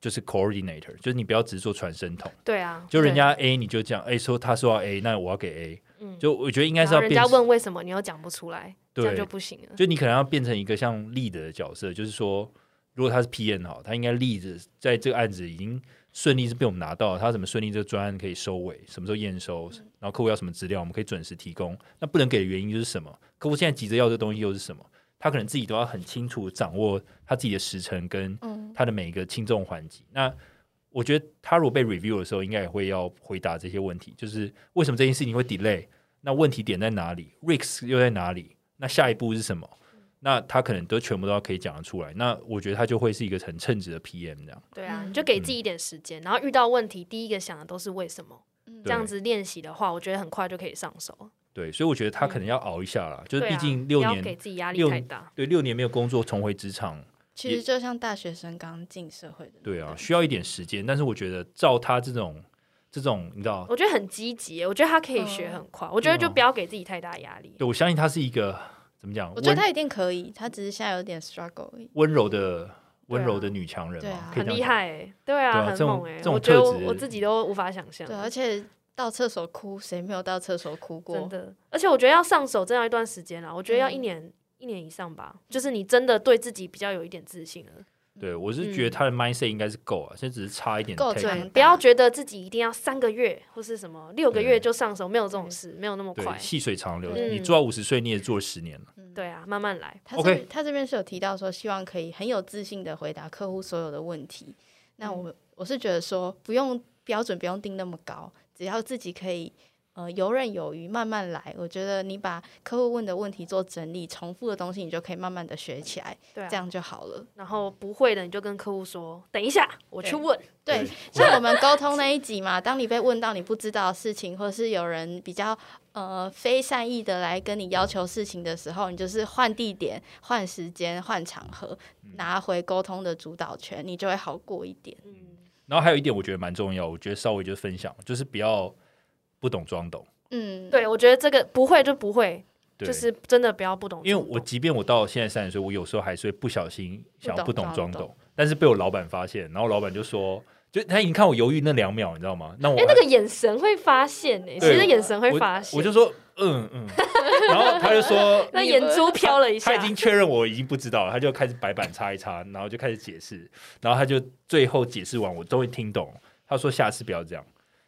S1: 就是 coordinator，就是你不要只做传声筒，
S3: 对啊，
S1: 就人
S3: 对
S1: 家 A 你就讲 A 说他说要 A，那我要给 A，
S3: 嗯，
S1: 就我觉得应该
S3: 然
S1: 是
S3: 后
S1: 要
S3: 人
S1: 变
S3: 家
S1: 成，
S3: 问为什么你又讲不出来，这样
S1: 对
S3: 就不行了。
S1: 就你可能要变成一个像 lead 的角色，就是说，如果他是 PM 好，他应该 lead 在这个案子已经顺利是被我们拿到了，他怎么顺利这个专案可以收尾，什么时候验
S3: 嗯
S1: 收，然后客户要什么资料，我们可以准时提供。那不能给的原因就是什么？客户现在急着要这个东西又是什么？他可能自己都要很清楚掌握他自己的时程跟
S2: 嗯，
S1: 他的每一个轻重缓急。那我觉得他如果被 review 的时候，应该也会要回答这些问题，就是为什么这件事情会 delay？那问题点在哪里？risk 又在哪里？那下一步是什么？那他可能都全部都要可以讲得出来。那我觉得他就会是一个很称职的 PM 这样。
S3: 对啊，
S2: 嗯
S3: 你就给自己一点时间，然后遇到问题，第一个想的都是为什么。这样
S1: 对
S3: 子练习的话，我觉得很快就可以上手了。
S1: 对，所以我觉得他可能要熬一下啦，就是
S3: 对
S1: 毕
S3: 啊
S1: 竟六
S3: 不要
S1: 年
S3: 给自己压力
S1: 六
S3: 太大。
S1: 对六年没有工作，重回职场，
S2: 其实就像大学生刚进社会的那
S1: 对啊，
S2: 种
S1: 需要一点时间。但是我觉得照他这种这种，你知道，
S3: 我觉得很积极，我觉得他可以
S2: 嗯
S3: 学很快。我觉得就不要给自己太大压力。
S1: 嗯对我相信他是一个怎么讲？
S2: 我觉得
S1: 温
S2: 他一定可以，他只是现在有点 struggle
S3: 嗯
S2: 而已。
S1: 温柔的温
S3: 对啊
S1: 柔的女强人
S2: 对
S1: 嘛
S2: 啊，
S1: 可以
S3: 很
S1: 这样
S3: 厉
S1: 讲。
S3: 害、欸，对
S1: 对啊
S3: 啊，
S1: 这
S3: 很
S1: 种
S3: 猛
S1: 这
S3: 哎、欸！
S1: 种
S3: 我觉得
S1: 特质
S3: 我我自己都无法想象
S2: 对，。而且到厕所哭，谁没有到厕所哭过？
S3: 真的。而且我觉得要上手真的要一段时间啊啦，我觉得
S2: 嗯
S3: 要一年、一年以上吧，就是你真的对自己比较有一点自信了，
S1: 对我是
S3: 嗯
S1: 觉得他的 mindset 应该是够啊，现在只是差一点
S2: 够
S1: tech-
S2: 准
S3: 不要觉得自己一定要三个月或是什么六个月
S1: 对
S3: 就上手，没有这
S2: 嗯
S3: 种事，没有那么快
S1: 对，。细水长流。
S3: 嗯
S1: 你做到五十岁，你也做十年了。
S2: 嗯
S3: 对啊，慢慢来。
S2: 他这
S1: OK
S2: 边他这边是有提到说，希望可以很有自信的回答客户所有的问题。那
S3: 嗯
S2: 我们我是觉得说，不用标准不用定那么高，只要自己可以呃游刃有余，慢慢来。我觉得你把客户问的问题做整理，重复的东西你就可以慢慢的学起来，
S3: 对啊，
S2: 这样就好了。
S3: 然后不会的你就跟客户说，等一下我去
S2: 对嗯
S3: 问。
S2: 对，像我们沟通那一集嘛，当你被问到你不知道的事情，或是有人比较呃非善意的来跟你要求事情的时候，你就是换地点、换时间、换场合，拿回沟通的主导权，你就会好过一点。
S3: 嗯，
S1: 然后还有一点我觉得蛮重要，我觉得稍微就是分享，就是不要不懂装懂。
S2: 嗯，
S3: 对，我觉得这个不会就不会，
S1: 对，
S3: 就是真的不要不懂
S1: 因为
S3: 装懂。
S1: 我即便我到现在三十岁，我有时候还是会不小心想要不
S2: 不懂
S1: 懂
S2: 装
S1: 装
S2: 懂
S1: 懂，但是被我老板发现，然后老板就说，就他已经看我犹豫那两秒，你知道吗？那我
S3: 因为
S1: 还
S3: 那个眼神会发现诶、
S1: 对
S3: 其实眼神会
S1: 我
S3: 发现，
S1: 我就说嗯嗯，然后他就说
S3: 那眼珠飘了一下
S1: 他，已经确认我已经不知道了，他就开始白板擦一擦，然后就开始解释，然后他就最后解释完，我都会听懂。他说下次不要这样，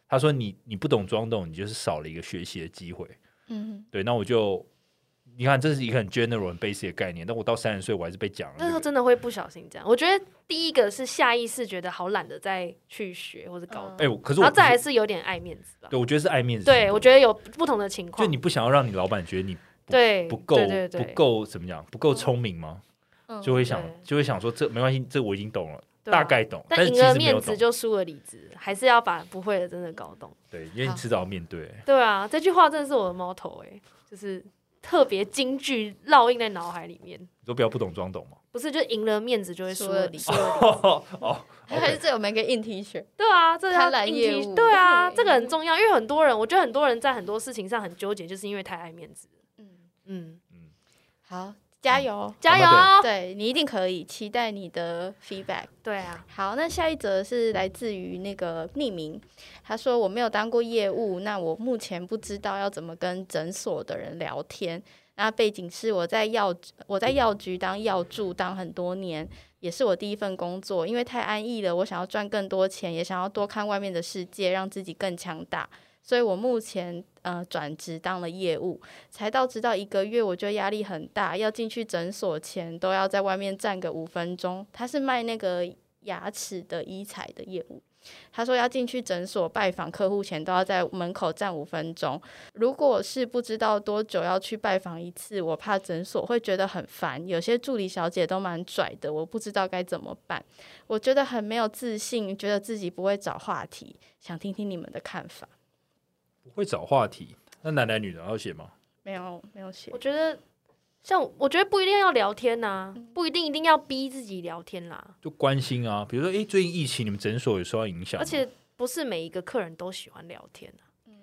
S1: 他说你你不懂装懂，你就是少了一个学习的机会。
S2: 嗯，
S1: 对，那我就你看这是一个很 general 很 basic 的概念，但我到三十岁我还是被讲了、
S3: 那时
S1: 这
S3: 候
S1: 个。
S3: 真的会不小心这样。我觉得第一个是下意识觉得好懒得再去学或者搞懂，
S1: 哎、我可是
S3: 然
S1: 我
S3: 后
S1: 不
S3: 再来
S1: 是
S3: 是有点爱面子吧。
S1: 对我觉得是爱面子。
S3: 对，我觉得有不同的情
S1: 就
S3: 况，
S1: 你不想要让你老板觉得你
S3: 对
S1: 不够
S3: 对对对
S1: 不够怎么讲，不够聪明吗？
S2: 嗯
S1: 就会想
S3: 对
S1: 就会想说这没关系，这我已经懂了，
S3: 对啊
S1: 大概懂，但
S3: 但
S1: 是其
S3: 赢
S1: 实
S3: 了
S1: 没
S3: 面
S1: 有
S3: 子
S1: 懂。
S3: 就输了里子，还是要把不会的真的搞懂。
S1: 对，因为你迟早要面对。
S3: 对啊，这句话真的是我的猫头哎、就是特别京剧烙印在脑海里面。
S1: 你说不要不懂装懂嘛。
S3: 不是，就赢了面子就会
S2: 输
S3: 输
S2: 了
S3: 了
S2: 里
S3: 里。
S1: 哦哦
S2: 还是这我们一个硬 T 恤，
S3: *laughs* 对啊，这
S2: 贪
S3: 要
S2: 婪
S3: 硬
S2: 业
S3: 提
S2: 务
S3: 对啊，
S2: 对
S3: 这个很重要，因为很多人，我觉得很多人在很多事情上很纠结，就是因为太爱面子。
S2: 嗯，
S3: 嗯，
S2: 好，加油，
S3: 加油！
S2: 对你一定可以，期待你的 feedback。
S3: 对啊，
S2: 好，那下一则是来自于那个匿名，他说我没有当过业务，那我目前不知道要怎么跟诊所的人聊天。那背景是我在药我在药局当药助当很多年，也是我第一份工作，因为太安逸了，我想要赚更多钱，也想要多看外面的世界，让自己更强大。所以我目前呃转职当了业务，才到职到一个月，我觉得压力很大，要进去诊所前都要在外面站个五分钟。他是卖那个牙齿的医材的业务。他说要进去诊所拜访客户前，都要在门口站五分钟。如果是不知道多久要去拜访一次，我怕诊所会觉得很烦。有些助理小姐都蛮拽的，我不知道该怎么办。我觉得很没有自信，觉得自己不会找话题，想听听你们的看法。
S1: 不会找话题。那男男女的要写吗？
S2: 没有，没有写
S3: 我。觉得像我觉得不一定要聊天呐、不一定一定要逼自己聊天啦，
S1: 就关心啊，比如说，哎，最近疫情，你们诊所有受到影响吗？
S3: 而且不是每一个客人都喜欢聊天啊。
S1: 嗯，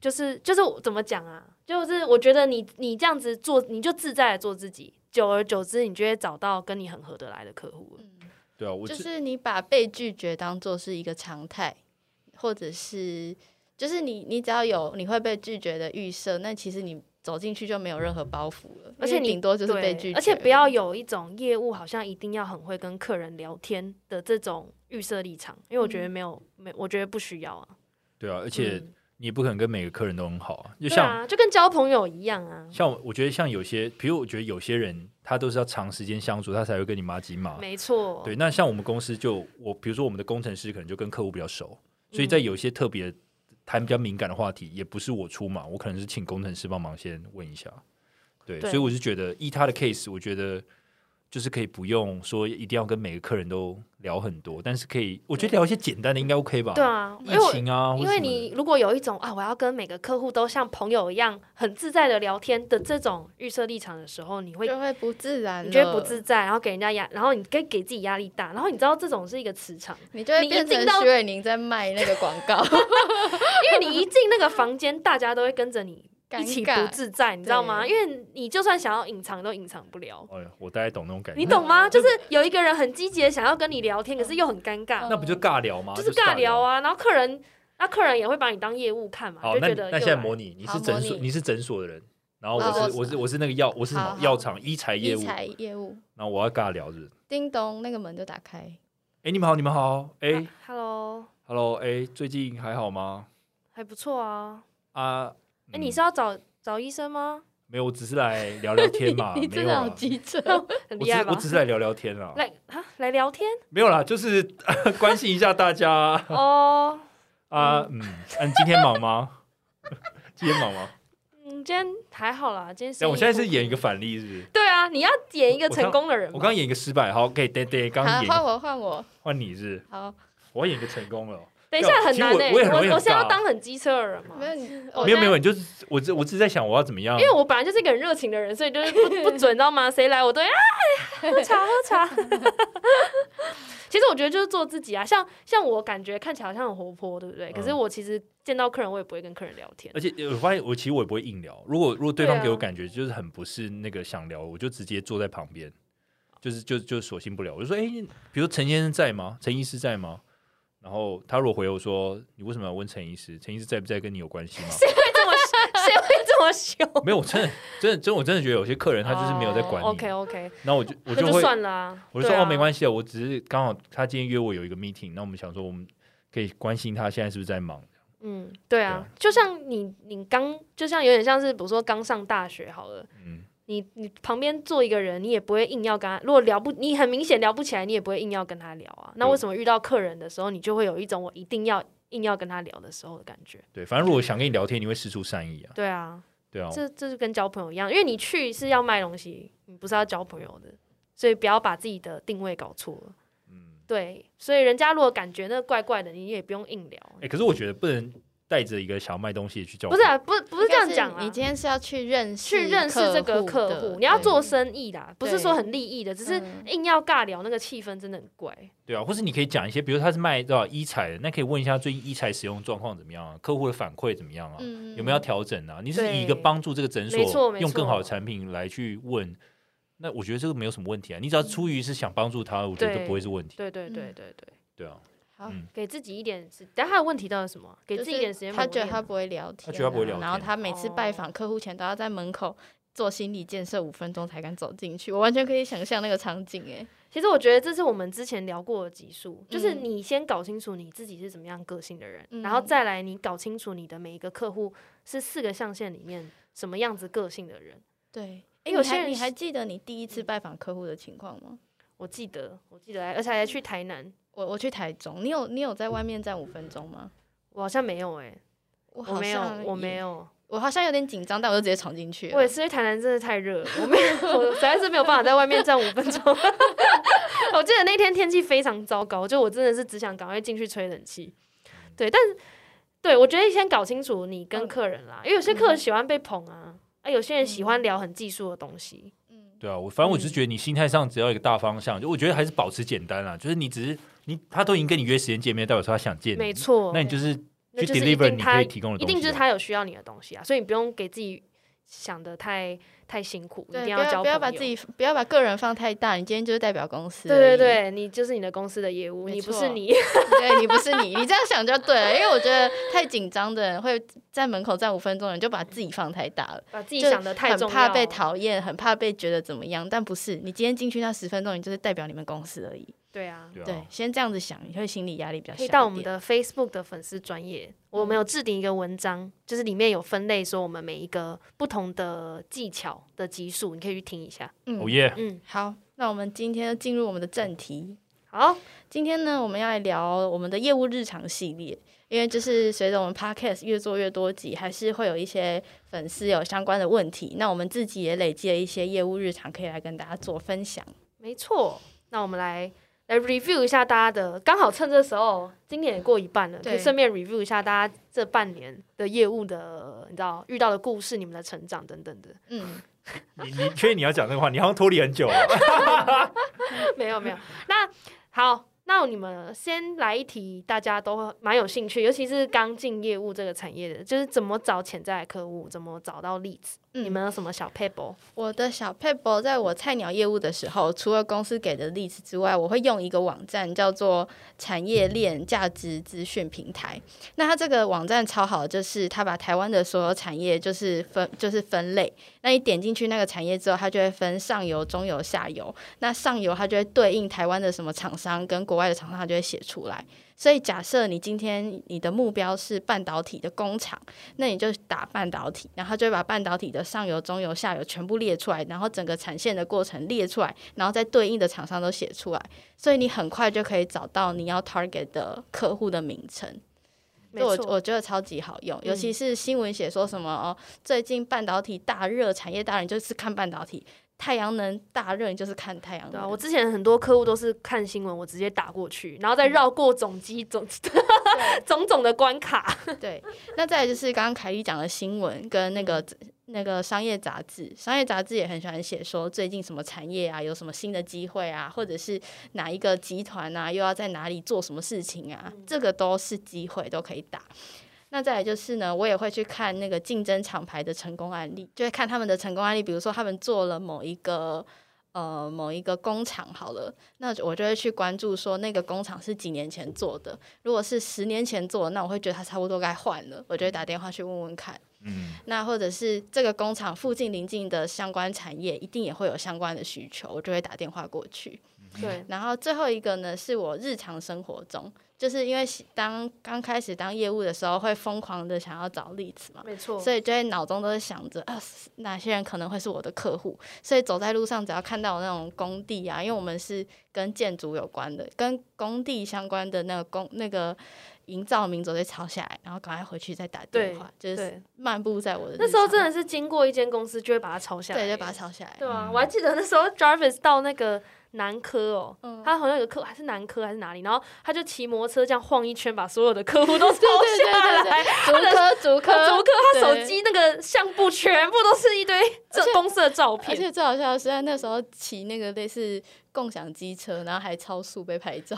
S3: 就是就是我怎么讲啊？就是我觉得你你这样子做，你就自在的做自己，久而久之，你就会找到跟你很合得来的客户了。
S1: 对啊，我
S2: 就
S1: 自
S2: 是你把被拒绝当做是一个常态，或者是就是你你只要有你会被拒绝的预设，那其实你走进去就没有任何包袱了，
S3: 而且
S2: 因为
S3: 你
S2: 顶多就是
S3: 对
S2: 被拒绝，
S3: 而且不要有一种业务好像一定要很会跟客人聊天的这种预设立场，因为我觉得
S2: 嗯
S3: 没有、没，我觉得不需要啊。
S1: 对啊，而且
S3: 嗯
S1: 你也不可能跟每个客人都很好啊。就
S3: 对
S1: 像、
S3: 啊，就跟交朋友一样啊，
S1: 像我觉得像有些，比如我觉得有些人他都是要长时间相处，他才会跟你妈鸡嘛。
S3: 没错。
S1: 啊对，那像我们公司就我，比如说我们的工程师可能就跟客户比较熟，所以
S3: 嗯
S1: 在有一些特别谈比较敏感的话题，也不是我出马，我可能是请工程师帮忙先问一下。对，
S3: 对
S1: 所以我是觉得依他的 case，我觉得就是可以不用说一定要跟每个客人都聊很多，但是可以，我觉得聊一些简单的应该 OK 吧？
S3: 对，啊，因
S1: 疫
S3: 为我
S1: 情啊，
S3: 因
S1: 或
S3: 为
S1: 什么的
S3: 你如果有一种啊，我要跟每个客户都像朋友一样很自在的聊天的这种预设立场的时候，你会
S2: 就会不自然，
S3: 你觉得不自，在，然后给人家压，然后你给给自己压力大，然后你知道这种是一个磁场，
S2: 你就会
S3: 你一
S2: 变成
S3: 进到
S2: 徐伟宁在卖那个广
S3: *laughs*
S2: 告，
S3: 因为你一进那个房间，大家都会跟着你
S2: 尴
S3: 一起
S2: 尬
S3: 不自在，你知道吗？
S2: 对
S3: 因为你就算想要隐藏都隐藏不了，
S1: 哎呀，我大概懂那种感觉。
S3: 你懂吗？就是有一个人很积极的想要跟你聊天，可是又很尴尬，
S1: 那？那不就尬聊吗？
S3: 就是尬聊
S1: 啊！
S3: 啊。然后客人那客人也会把你当业务看嘛，
S1: 好，
S3: 就
S1: 那
S3: 觉得
S1: 那
S3: 又
S1: 现在
S3: 来
S1: 模拟，你
S2: 好
S1: 是
S2: 模
S1: 诊所，
S2: 拟
S1: 你是诊所的人，然后
S2: 好
S1: 我
S2: 我
S1: 是我是我是那个药，我是什
S2: 好
S1: 么
S2: 好
S1: 药厂医材业
S2: 理
S1: 务，
S2: 财业务，
S1: 然后我要尬聊是不是，
S2: 叮咚，那个门就打开。
S1: 哎，你们好，你们好，哎
S3: 啊，Hello，
S1: ，Hello，哎，最近还好吗？
S3: 还不错啊。
S1: 啊，
S3: 哎，你
S1: 嗯
S3: 是要找找医生吗？
S1: 没有，我只是来聊聊天嘛，
S2: *laughs* 你
S1: 啊没
S2: 真
S1: 有
S2: 的好
S1: 啦，
S2: 机车，
S3: 很
S1: 我
S3: 厉
S1: 只
S3: 害
S1: 我
S3: 吧？
S1: 只是来聊聊天啦，
S3: 来啊，来
S1: *laughs*
S3: 聊天
S1: 没有啦，就是关心一下大家啊
S3: 哦。
S1: 啊，嗯，啊你今天忙吗？ *laughs* 今天忙吗？
S3: 嗯，今天还好啦，今天生
S1: 但
S3: 意
S1: 哎我现在
S3: 不
S1: 是演一个反例，是不是？
S3: 对啊，你要演一个
S1: 我
S3: 成功的人嘛。
S1: 我刚演一个失败，好，可以，对对，刚
S2: *laughs* 好
S1: 演一
S2: 换
S1: 个
S2: 我换我，
S1: 换你是不是，
S2: 好，
S1: 我要演一个成功了哦。
S3: 等一下很难
S1: 其实
S3: 哎，
S1: 我我也很容易
S3: 我
S1: 很
S3: 我现
S1: 尬
S3: 在
S1: 啊
S3: 要当很机车的人嘛
S2: 没。有你，
S3: 我
S2: 我
S1: 没有
S3: 在
S1: 没有，你就是我只我只是在想我要怎么样
S3: 因，为我本来就是一个很热情的人，所以就
S1: *laughs*
S3: 是不不准，你知道吗？谁来我都会啊，喝茶喝茶。 *laughs* 其实我觉得就是做自己啊，像像我感觉看起来好像很活泼，对不对？可是
S1: 嗯
S3: 我其实见到客人，我也不会跟客人聊天。 *laughs*
S1: 而且呃我发现我其实我也不会硬聊，如果如果对
S3: 对
S1: 方给我
S3: 啊
S1: 感觉就是很不是那个想聊，我就直接坐在旁边，就是就就索性不聊，我就说哎，比如陈先生在吗？陈医师在吗？然后他如果回我说你为什么要问陈医师？陈医师在不在跟你有关系吗？
S3: 会这么谁会这么凶？
S1: 没有，我真的真的真的我真的觉得有些客 *laughs* 人他就是没有在管你，
S3: 哦 OK OK，
S1: 然后我就我
S3: 那
S1: 就
S3: 就
S1: 会
S3: 算了啊。
S1: 我就说、
S3: 对啊
S1: 哦，没关系啊，我只是刚好他今天约我有一个 meeting，那我们想说我们可以关心他现在是不是在忙。
S3: 嗯，对
S1: 对
S3: 啊
S1: 啊，
S3: 就像你你刚，就像有点像是比如说刚上大学好了，
S1: 嗯，
S3: 你你旁边坐一个人，你也不会硬要跟他，如果聊不，你很明显聊不起来，你也不会硬要跟他聊啊。那
S1: 对
S3: 为什么遇到客人的时候，你就会有一种我一定要硬要跟他聊的时候的感觉？
S1: 对，反正如果想跟你聊天，你会施出善意啊，
S3: 对啊，
S1: 对啊，
S3: 这这就跟交朋友一样，因为你去是要卖东西，你不是要交朋友的，所以不要把自己的定位搞错了。
S1: 嗯，
S3: 对，所以人家如果感觉那怪怪的，你也不用硬聊。啊
S1: 哎、可是我觉得不能带着一个想要卖东西去叫，
S3: 不是、啊，不不是这样讲啊
S2: 你。今天是要去认识
S3: 去认识这个
S2: 客
S3: 客
S2: 的
S3: 户，你要
S2: 对
S3: 做生意啦，不是
S2: 对
S3: 说很利益的，只是
S2: 嗯
S3: 硬要尬聊，那个气氛真的很怪。
S1: 对啊，或是你可以讲一些，比如他是卖多少医材的，那可以问一下最近医材使用状况怎么样啊，客户的反馈怎么样啊，
S2: 嗯
S1: 有没有要调整啊？你是以一个
S3: 对
S1: 帮助这个诊
S3: 没错
S1: 所
S3: 没
S1: 用更好的
S3: 错
S1: 产品来去问，那我觉得这个没有什么问题啊，你只要出于是想帮助他，我觉得
S3: 嗯对
S1: 这不会是问题，
S3: 对对对
S2: 嗯
S3: 对对，
S1: 对啊，
S2: 好
S1: 嗯
S3: 给自己一点时，但他的问题到底是什么？给自己一点时间磨
S2: 他
S3: 练啊。哦
S2: 觉得他不会聊天
S1: 他
S2: 啊，
S1: 觉得他不会聊
S2: 然后
S1: 天
S2: 他每次拜访客户前都要在门口做心理建设五分钟才敢走进去，我完全可以想象那个场景哎。
S3: 其实我觉得这是我们之前聊过的集数，就是
S2: 嗯
S3: 你先搞清楚你自己是怎么样个性的人，
S2: 嗯
S3: 然后再来你搞清楚你的每一个客户是四个象限里面什么样子个性的人。
S2: 对，你
S3: 哎有些
S2: 还
S3: 人
S2: 你
S3: 是嗯
S2: 还记得你第一次拜访客户的情况吗？
S3: 我记得，我记得，而且还去台南，
S2: 我我去台中，你有你有在外面站五分钟吗？
S3: 我好像没有哎、
S2: 我
S3: 我
S2: 好
S3: 没有
S2: 像，
S3: 我没
S2: 也，
S3: 有。
S2: 我好像有点紧张，但我就直接闯进去了。
S3: 我也是，因为台南真的太热了，我没有，我实在是没有办法在外面站五分钟。 *laughs* 我记得那天天气非常糟糕，就我真的是只想赶快进去吹冷气。对，但是对我觉得先搞清楚你跟客人啦，因为有些客人喜欢被捧啊，啊，有些人喜欢聊很技术的东西。
S1: 对啊，我反正我只是
S3: 嗯
S1: 觉得你心态上只要有一个大方向，就我觉得还是保持简单啦，就是你只是你他都已经跟你约时间见面，代表说他想见你，
S3: 没错，
S1: 嗯那你就是
S3: 那
S1: 去
S3: 就是一
S1: deliver 你
S3: 定
S1: 可
S3: 他
S1: 以提供的
S3: 一
S1: 东西啊，
S3: 定就是他有需要你的东西啊，所以你不用给自己想的太太辛苦，你一
S2: 对，
S3: 定
S2: 不
S3: 交
S2: 要不要
S3: 朋
S2: 把
S3: 友
S2: 自己不要把个人放太大，你今天就是代表公司。
S3: 对对，对，你就是你的公司的业务，
S2: 没
S3: 你不
S2: 错
S3: 是你。
S2: 对你不是你，你这样想就对了。因为我觉得太紧张的人会在门口站五分钟，你就把自己放太大了，
S3: 把自己
S2: 就
S3: 想的太
S2: 很
S3: 重要，
S2: 怕被讨厌，很怕被觉得怎么样。但不是，你今天进去那十分钟，你就是代表你们公司而已。
S3: 对啊，
S1: 对
S2: 对
S1: 啊，，
S2: 先这样子想，你会心理压力比较小
S3: 可
S2: 一嗯
S3: 以
S2: 点。
S3: 到我们的 Facebook 的粉丝专业，我们有置顶一个文章，就是里面有分类说我们每一个不同的技巧的级数，你可以去听一下。
S2: 嗯
S1: 哦耶，
S3: 嗯，
S2: 好，那我们今天就进入我们的正题。
S3: 好，
S2: 今天呢，我们要来聊我们的业务日常系列，因为就是随着我们 podcast 越做越多集，还是会有一些粉丝有相关的问题。那我们自己也累积了一些业务日常，可以来跟大家做分享。
S3: 没错，那我们来。来 review 一下大家的，刚好趁这时候，今年也过一半了，可
S2: 对
S3: 以顺便 review 一下大家这半年的业务的，你知道遇到的故事、你们的成长等等的。
S2: 嗯，
S1: 你你确定你要讲这个话？你好像脱离很久了，
S3: 没有没有，那好，那你们先来一题，大家都会蛮有兴趣，尤其是刚进业务这个产业的，就是怎么找潜在的客户，怎么找到例子。
S2: 嗯
S3: 你们有什么小 paper？
S2: 我的小 paper 在我菜鸟业务的时候，除了公司给的例子之外，我会用一个网站叫做产业链价值资讯平台。那它这个网站超好，就是它把台湾的所有产业就是分就是分类。那你点进去那个产业之后，它就会分上游、中游、下游。那上游它就会对应台湾的什么厂商跟国外的厂商，它就会写出来。所以假设你今天你的目标是半导体的工厂。那你就打半导体，然后就会把半导体的上游、中游、下游全部列出来，然后整个产线的过程列出来，然后再对应的厂商都写出来，所以你很快就可以找到你要 target 的客户的名称。
S3: 没
S2: 这我
S3: 错，
S2: 我觉得超级好用，
S3: 嗯
S2: 尤其是新闻写说什么哦，最近半导体大热，产业大热，你就是看半导体；太阳能大热，你就是看太阳
S3: 对
S2: 能。
S3: 啊，我之前很多客户都是看新闻，我直接打过去，然后再绕过总机
S2: *laughs*
S3: 总种种的关卡。
S2: 对，那再来就是刚刚凯莉讲的新闻跟那个那个商业杂志，商业杂志也很喜欢写说最近什么产业啊，有什么新的机会啊，或者是哪一个集团啊，又要在哪里做什么事情啊，这个都是机会，都可以打。那再来就是呢，我也会去看那个竞争厂牌的成功案例，就会看他们的成功案例，比如说他们做了某一个。呃，某一个工厂好了，那我就会去关注说那个工厂是几年前做的，如果是十年前做的，那我会觉得它差不多该换了，我就会打电话去问问看。
S1: 嗯，
S2: 那或者是这个工厂附近邻近的相关产业，一定也会有相关的需求，我就会打电话过去。
S3: 对，
S2: 然后最后一个呢，是我日常生活中，就是因为当刚开始当业务的时候，会疯狂的想要找例子嘛。
S3: 没错
S2: 所以就会脑中都是想着啊，哪些人可能会是我的客户，所以走在路上只要看到有那种工地啊，因为我们是跟建筑有关的，跟工地相关的那个工那个营造名字我就抄下来，然后赶快回去再打电话，就是
S3: 对，
S2: 漫步在我的
S3: 那时候真的
S2: 的
S3: 是经过一间公司就会把它抄下来，
S2: 对，就把它抄下来。
S3: 对啊，
S1: 嗯
S3: 我还记得那时候 Jarvis 到那个南科哦，
S2: 嗯
S3: 他好像有个客还是南科还是哪里，然后他就骑摩托车这样晃一圈，把所有的客户都抄
S2: 对对
S3: 下
S2: 对对
S3: 来。
S2: 对，竹科竹科
S3: 竹科 *laughs* 他手
S2: 对
S3: 机那个相簿全部都是一堆这公司的照
S2: 而
S3: 片，
S2: 且最好笑的是，他那时候骑那个类似共享机车，然后还超速被拍照，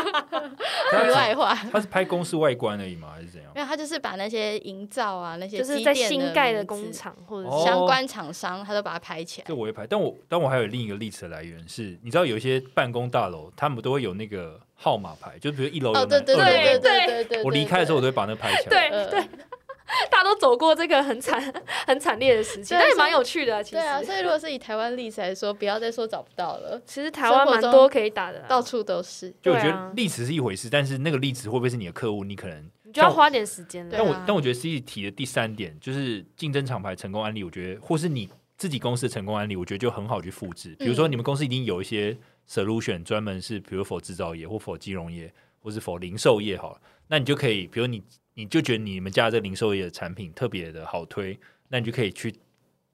S2: 题
S1: 他
S2: 外话。
S1: 他是拍公司外观而已吗？还是怎样
S2: 没？有，他就是把那些营造啊，那些
S3: 就是
S2: 机
S3: 在
S2: 电
S3: 新盖的
S2: 名
S3: 工
S2: 字
S3: 厂或者
S1: 哦
S3: 是
S2: 相关厂商，他都把它拍起来。
S1: 这我会拍，但我但我还有另一个例子的来源是，你知道有一些办公大楼，他们都会有那个号码牌，就比如一楼有
S2: 哦，对
S1: 哪
S2: 对
S1: 二楼有
S2: 对
S1: 哪
S2: 对对对对，
S1: 我离开的时候，我都会把那个拍起来。
S3: 对
S2: 呃
S3: 对，大家都走过这个很惨 *laughs* 很惨烈的时期，
S2: 对啊
S3: 但也
S2: 所以
S3: 蛮有趣的啊。其
S2: 对啊，
S3: 实
S2: 所以如果是以台湾例子来说，不要再说找不到了，
S3: 其实台湾
S2: 生活
S3: 蛮
S2: 中
S3: 多可以打的啊，
S2: 到处都是。
S1: 就我
S3: 对
S1: 觉
S3: 啊
S1: 得例子是一回事，但是那个例子会不会是你的客户，你可能
S3: 你就要
S1: 像我
S3: 花点时间
S2: 对
S3: 了
S1: 但。我、
S2: 啊
S1: 但我觉得 C 提的第三点就是竞争厂牌成功案例，我觉得或是你自己公司的成功案例，我觉得就很好去复制。比如
S2: 嗯
S1: 说你们公司一定有一些 solution 专门是，比如否制造业或否金融业，或是否零售业好了，那你就可以，比如你你就觉得你们家这个零售业的产品特别的好推，那你就可以去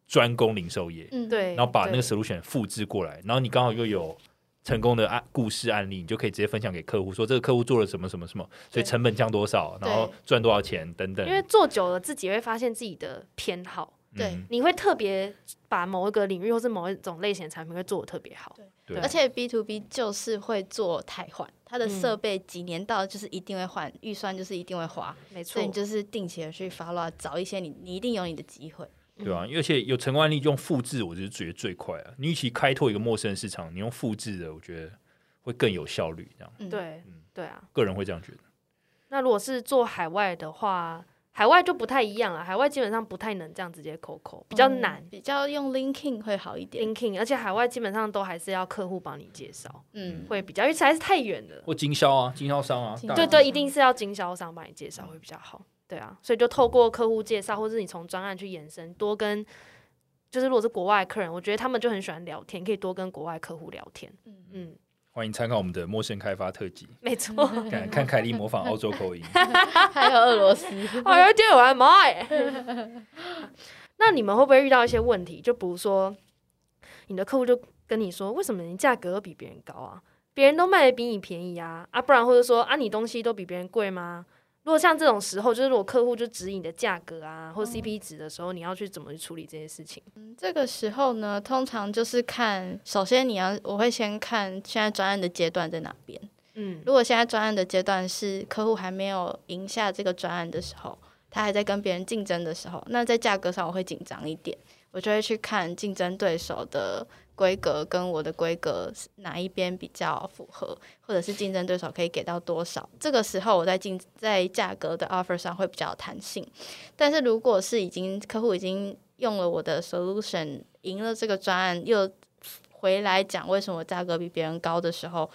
S1: 专攻零售业，
S2: 嗯，
S3: 对，
S1: 然后把那个
S3: 对
S1: solution 复制过来，然后你刚好又有。成功的案故事案例，你就可以直接分享给客户，说这个客户做了什么什么什么，所以
S2: 对
S1: 成本降多少，然后
S2: 对
S1: 赚多少钱等等。
S3: 因为做久了，自己会发现自己的偏好，
S2: 对
S1: 嗯
S3: 你会特别把某一个领域或是某一种类型的产品会做的特别好。
S1: 对，
S2: 而且 B to B 就是会做汰换，它的
S3: 嗯
S2: 设备几年到就是一定会换，预算就是一定会花，
S3: 没
S2: 所
S3: 错
S2: 以你，就是定期的去 follow，找一些你你一定有你的机会。
S1: 对啊，而且有成功案例用复制，我就是觉得最快啊。你与其开拓一个陌生的市场，你用复制的，我觉得会更有效率。这样，
S2: 嗯，
S3: 对
S1: 嗯
S3: 对啊。
S1: 个人会这样觉得。
S3: 那如果是做海外的话，海外就不太一样了，海外基本上不太能这样直接扣扣，比较
S2: 嗯
S3: 难。
S2: 比较用 linking 会好一点。
S3: linking，而且海外基本上都还是要客户帮你介绍，
S2: 嗯，
S3: 会比较，因为实在是太远了。
S1: 或经销啊，经销商啊，
S2: 经
S1: 大
S3: 对
S1: 家
S3: 对，一定是要经销商帮你介绍会比较好。对啊，所以就
S1: 嗯
S3: 透过客户介绍，或是你从专案去延伸，多跟就是如果是国外客人，我觉得他们就很喜欢聊天，可以多跟国外客户聊天。
S2: 嗯
S3: 嗯，
S1: 欢迎参考我们的陌生开发特辑，
S3: 没错。
S2: 嗯
S3: 哦，
S1: 看看凯莉模仿澳洲口
S3: *laughs*
S1: 音。
S2: *laughs* 还有俄
S1: *laughs*
S2: 罗斯，
S3: 有点我的妈耶！
S2: *laughs*
S3: 那你们会不会遇到一些问题？就比如说，你的客户就跟你说，为什么你价格比别人高啊？别人都卖的比你便宜啊啊，不然或者说啊，你东西都比别人贵吗？如果像这种时候，就是如果客户就指引你的价格啊，
S2: 嗯
S3: 或 CP 值的时候，你要去怎么去处理这些事情？
S2: 这个时候呢，通常就是看，首先你要，我会先看现在专案的阶段在哪边。
S3: 嗯，
S2: 如果现在专案的阶段是客户还没有赢下这个专案的时候，它还在跟别人竞争的时候，那在价格上我会紧张一点，我就会去看竞争对手的规格跟我的规格是哪一边比较符合，或者是竞争对手可以给到多少。这个时候我在竞在价格的 offer 上会比较有弹性，但是如果是已经客户已经用了我的 solution，赢了这个专案，又回来讲为什么价格比别人高的时候，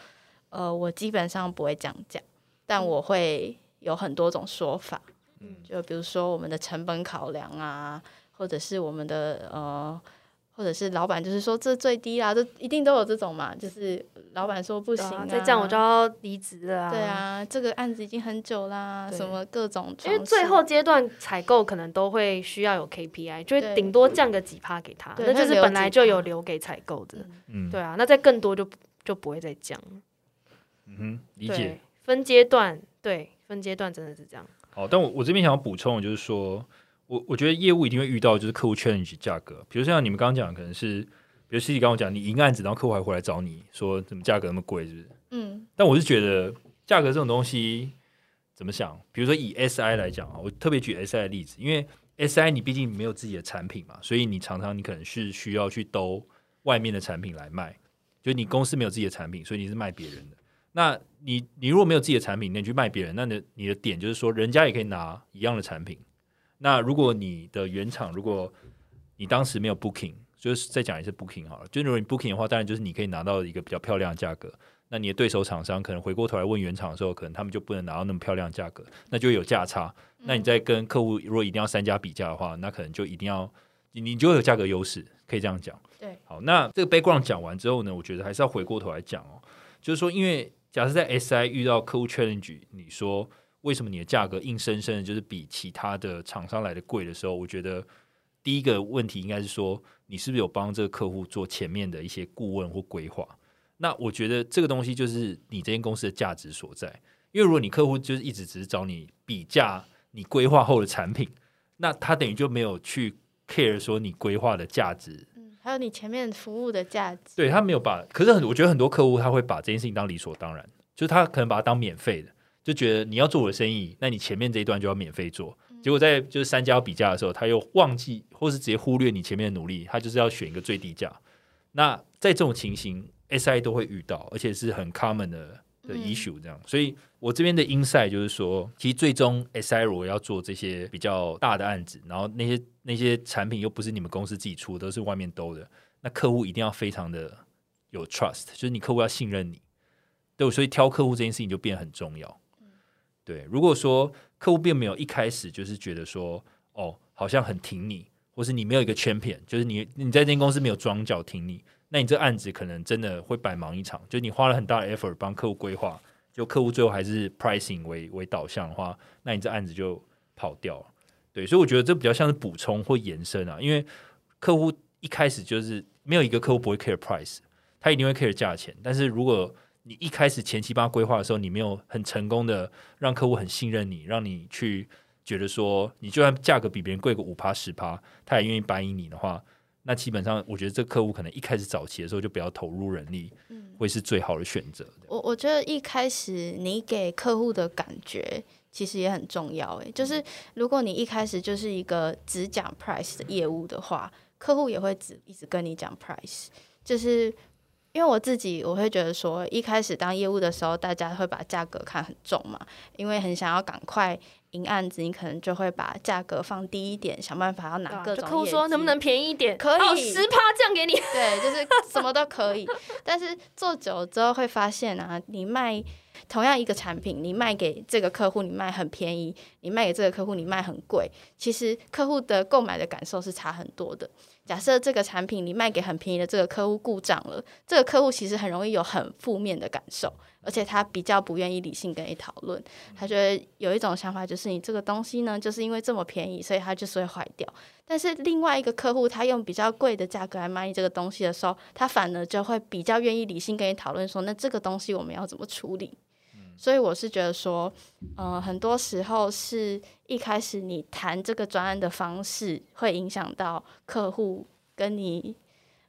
S2: 呃，我基本上不会这样讲，但我会有很多种说法，
S1: 嗯
S2: 就比如说我们的成本考量啊，或者是我们的呃，或者是老板就是说这最低啊啦，这一定都有这种嘛，就是老板说不
S3: 不
S2: 行、啊，
S3: 再这样我就要离职了啊。
S2: 对，啊，这个案子已经很久啦，
S3: 对
S2: 什么各种，
S3: 因为最后阶段采购可能都会需要有 KPI，就
S2: 对
S3: 会顶多降个几趴给他，
S2: 对
S3: 那就是本来就
S2: 会留
S3: 有留给采购的。
S1: 嗯，
S3: 对啊，那再更多就不就不会再降了。
S1: 嗯哼，理解
S3: 对，。分阶段，对，分阶段真的是这样。
S1: 好，哦但我我这边想要补充，的就是说我我觉得业务一定会遇到就是客户 challenge 价格，比如像你们刚刚讲，可能是比如 C D 刚刚讲，你赢案子，然后客户还回来找你说怎么价格那么贵，是不是？
S2: 嗯
S1: 但我是觉得价格这种东西怎么想？比如说以 S I 来讲啊，我特别举 S I 的例子，因为 S I 你毕竟没有自己的产品嘛，所以你常常你可能是需要去兜外面的产品来卖，就是你公司没有自己的产品，所以你是卖别人的。那你你如果没有自己的产品，那你去卖别人，那你的你的点就是说，人家也可以拿一样的产品。那如果你的原厂，如果你当时没有 booking，就是再讲一次 booking 好了，就是如果你 booking 的话，当然就是你可以拿到一个比较漂亮的价格。那你的对手厂商可能回过头来问原厂的时候，可能他们就不能拿到那么漂亮的价格，那就会有价差。那你在跟客户如果一定要三家比价的话，那可能就一定要你你就会有价格优势，可以这样讲。
S2: 对，
S1: 好，那这个 background 讲完之后呢，我觉得还是要回过头来讲哦，就是说，因为假设在 SI 遇到客户 challenge，你说为什么你的价格硬生生的就是比其他的厂商来的贵的时候，我觉得第一个问题应该是说，你是不是有帮这个客户做前面的一些顾问或规划？那我觉得这个东西就是你这间公司的价值所在。因为如果你客户就是一直只是找你比价你规划后的产品，那他等于就没有去 care 说你规划的价值，
S2: 嗯，还有你前面服务的价值，
S1: 对他没有把。可是很我觉得很多客户他会把这件事情当理所当然，就是他可能把它当免费的，就觉得你要做我的生意，那你前面这一段就要免费做。结果在就是三家要比价的时候，他又忘记或是直接忽略你前面的努力，他就是要选一个最低价。那在这种情形，SI 都会遇到，而且是很 common 的的
S2: 嗯
S1: issue 这样。所以我这边的 insight 就是说，其实最终 SI 如果要做这些比较大的案子，然后那些那些产品又不是你们公司自己出，都是外面兜的，那客户一定要非常的有 trust，就是你客户要信任你。对，所以挑客户这件事情就变得很重要。对，如果说客户并没有一开始就是觉得说，哦，好像很挺你，或是你没有一个 champion，就是你你在这间公司没有装脚挺你，那你这案子可能真的会白忙一场。就是你花了很大的 effort 帮客户规划，就客户最后还是 pricing 为为导向的话，那你这案子就跑掉了。对，所以我觉得这比较像是补充或延伸啊，因为客户一开始就是没有一个客户不会 care price，他一定会 care 价钱。但是如果你一开始前期帮他规划的时候，你没有很成功的让客户很信任你，让你去觉得说，你就算价格比别人贵个五趴十趴，他也愿意答应你的话，那基本上我觉得这客户可能一开始早期的时候就不要投入人力，
S2: 嗯，
S1: 会是最好的选择。
S2: 我我觉得一开始你给客户的感觉其实也很重要，诶，
S3: 嗯
S2: 就是如果你一开始就是一个只讲 price 的业务的话，客户也会只一直跟你讲 price，就是。因为我自己，我会觉得说，一开始当业务的时候，大家会把价格看很重嘛，因为很想要赶快赢案子，你可能就会把价格放低一点，想办法要
S3: 对
S2: 拿
S3: 啊
S2: 各
S3: 就
S2: 种、
S3: 客户说能不能便宜一点？哦
S2: 可以
S3: 十趴降给你。
S2: 对，就是什么都可以。但是做久了之后会发现啊，你卖同样一个产品，你卖给这个客户，你卖很便宜；你卖给这个客户，你卖很贵。其实客户的购买的感受是差很多的。假设这个产品你卖给很便宜的这个客户故障了，这个客户其实很容易有很负面的感受，而且他比较不愿意理性跟你讨论，他觉得有一种想法就是你这个东西呢，就是因为这么便宜，所以它就是会坏掉。但是另外一个客户他用比较贵的价格来卖这个东西的时候，他反而就会比较愿意理性跟你讨论说，那这个东西我们要怎么处理。
S1: 嗯
S2: 所以我是觉得说，呃，很多时候是一开始你谈这个专案的方式，会影响到客户跟你，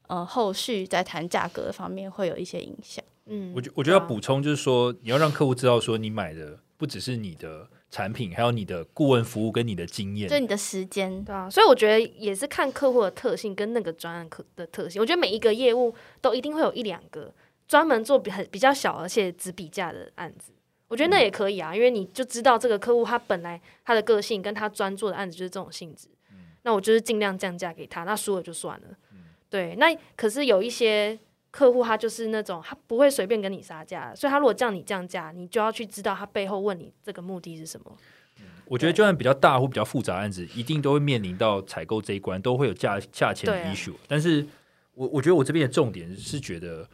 S2: 呃，后续在谈价格方面会有一些影响。
S3: 嗯
S1: 我觉我觉得要
S3: 对啊
S1: 补充就是说，你要让客户知道说你买的不只是你的产品，还有你的顾问服务跟你的经验
S2: 就。你的时间，
S3: 对啊，所以我觉得也是看客户的特性跟那个专案客的特性。我觉得每一个业务都一定会有一两个专门做比很比较小而且只比价的案子。我觉得那
S1: 嗯
S3: 也可以啊，因为你就知道这个客户他本来他的个性跟他专做的案子就是这种性质。
S1: 嗯
S3: 那我就是尽量降价给他，那输了就算了。对，那可是有一些客户他就是那种他不会随便跟你杀价，所以他如果叫你降价，你就要去知道他背后问你这个目的是什么。
S1: 我觉得，就算比较大或比较复杂的案子，一定都会面临到采购这一关，都会有价价钱
S3: 对
S1: 的
S3: 啊
S1: issue。但是我我觉得我这边的重点是觉得，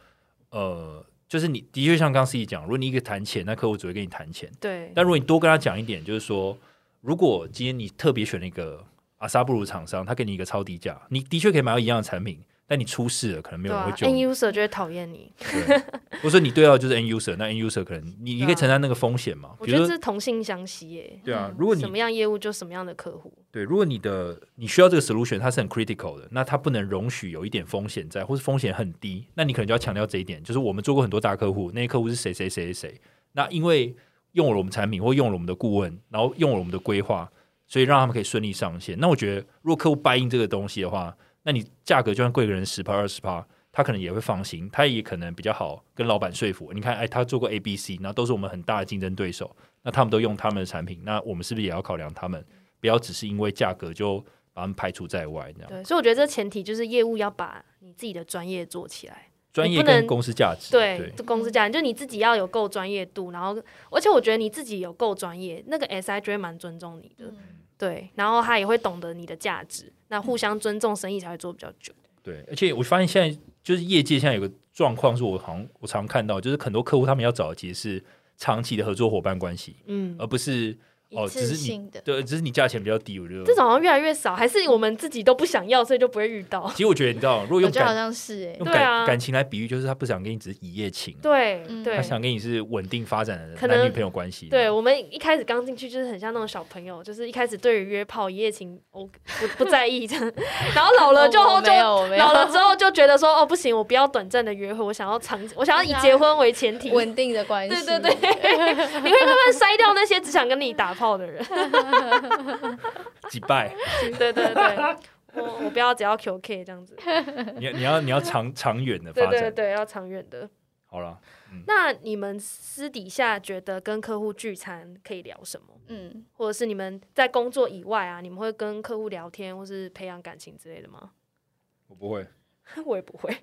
S1: 呃，就是你的确像刚刚自己讲，如果你一个谈钱，那客户只会跟你谈钱。
S3: 对，
S1: 但如果你多跟他讲一点，就是说，如果今天你特别选了一个阿萨布鲁厂商，他给你一个超低价，你的确可以买到一样的产品，但你出事了，可能没
S3: 对
S1: 有人
S3: 啊
S1: 会救
S3: ，end
S1: 你。
S3: user 就会讨厌你。
S1: 对，或者说你对到的就是 end user，那 end user 可能你你可以承担那个风险嘛？
S3: 啊我
S1: 比
S3: 觉得
S1: 如
S3: 这
S1: 说，
S3: 是同性相吸耶、
S1: 对啊
S2: 嗯，
S1: 如果你
S3: 什么样业务就什么样的客户。
S1: 对，如果你的你需要这个 solution，它是很 critical 的，那它不能容许有一点风险在，或是风险很低，那你可能就要强调这一点，就是我们做过很多大客户，那些客户是谁谁谁谁谁，那因为用了我们产品或用了我们的顾问，然后用了我们的规划，所以让他们可以顺利上线。那我觉得，如果客户 buy in 这个东西的话，那你价格就算贵个人十趴二十趴，他可能也会放心，他也可能比较好跟老板说服。你看，哎，他做过 A、B、C，然后都是我们很大的竞争对手，那他们都用他们的产品，那我们是不是也要考量他们，不要只是因为价格就把他们排除在外？这样
S3: 对，所以我觉得这前提就是业务要把你自己的专业做起来。
S1: 专业
S3: 你不能
S1: 跟公司价值，
S3: 对，这公司价值就你自己要有够专业度，然后而且我觉得你自己有够专业，那个 SI 就会蛮尊重你的。对，然后他也会懂得你的价值，那互相尊重，生意才会做比较久。
S1: 对，而且我发现现在就是业界现在有个状况，是我好像我常看到，就是很多客户他们要找的其实是长期的合作伙伴关系，
S3: 嗯，
S1: 而不是哦，
S2: 一
S1: 只
S2: 次
S1: 是你
S2: 性的，
S1: 对，只是你价钱比较低，我觉得
S3: 这种好像越来越少，还是我们自己都不想要，所以就不会遇到。
S1: 其实我觉得你知道，如果
S2: 我
S1: 用
S2: 觉得好
S1: 感
S2: 像是哎、
S1: 用
S3: 对
S1: 感、
S3: 啊
S1: 感情来比喻，就是他不想跟你只是一夜情，
S3: 对
S2: 嗯
S3: 对
S1: 他，想跟你是稳定发展的
S3: 可
S1: 男女
S3: 能
S1: 朋友关系。
S3: 对，我们一开始刚进去就是很像那种小朋友，就是一开始对于约炮一夜情我不不 *laughs* 在意这样， *laughs* 然后老了就
S2: 我我
S3: 后就
S2: 没有，我没有
S3: 老了 *laughs* 之后就觉得说哦不行，我不要短暂的约会，我想要长，我想要以结婚为前提，你会
S2: 稳定的关系，
S3: 对对慢慢筛掉那些只想跟你打炮的人。
S1: 几拜，
S3: 对对对，我我不要只要 QK 这样子，
S1: 你你要你要长长远的发
S3: 对
S1: 展。
S3: 对对，要长远的。
S1: 好了，
S3: 那你们私底下觉得跟客户聚餐可以聊什么？
S2: 嗯，
S3: 或者是你们在工作以外啊，你们会跟客户聊天或是培养感情之类的吗？
S1: 我不会。
S3: *laughs* 我也不会，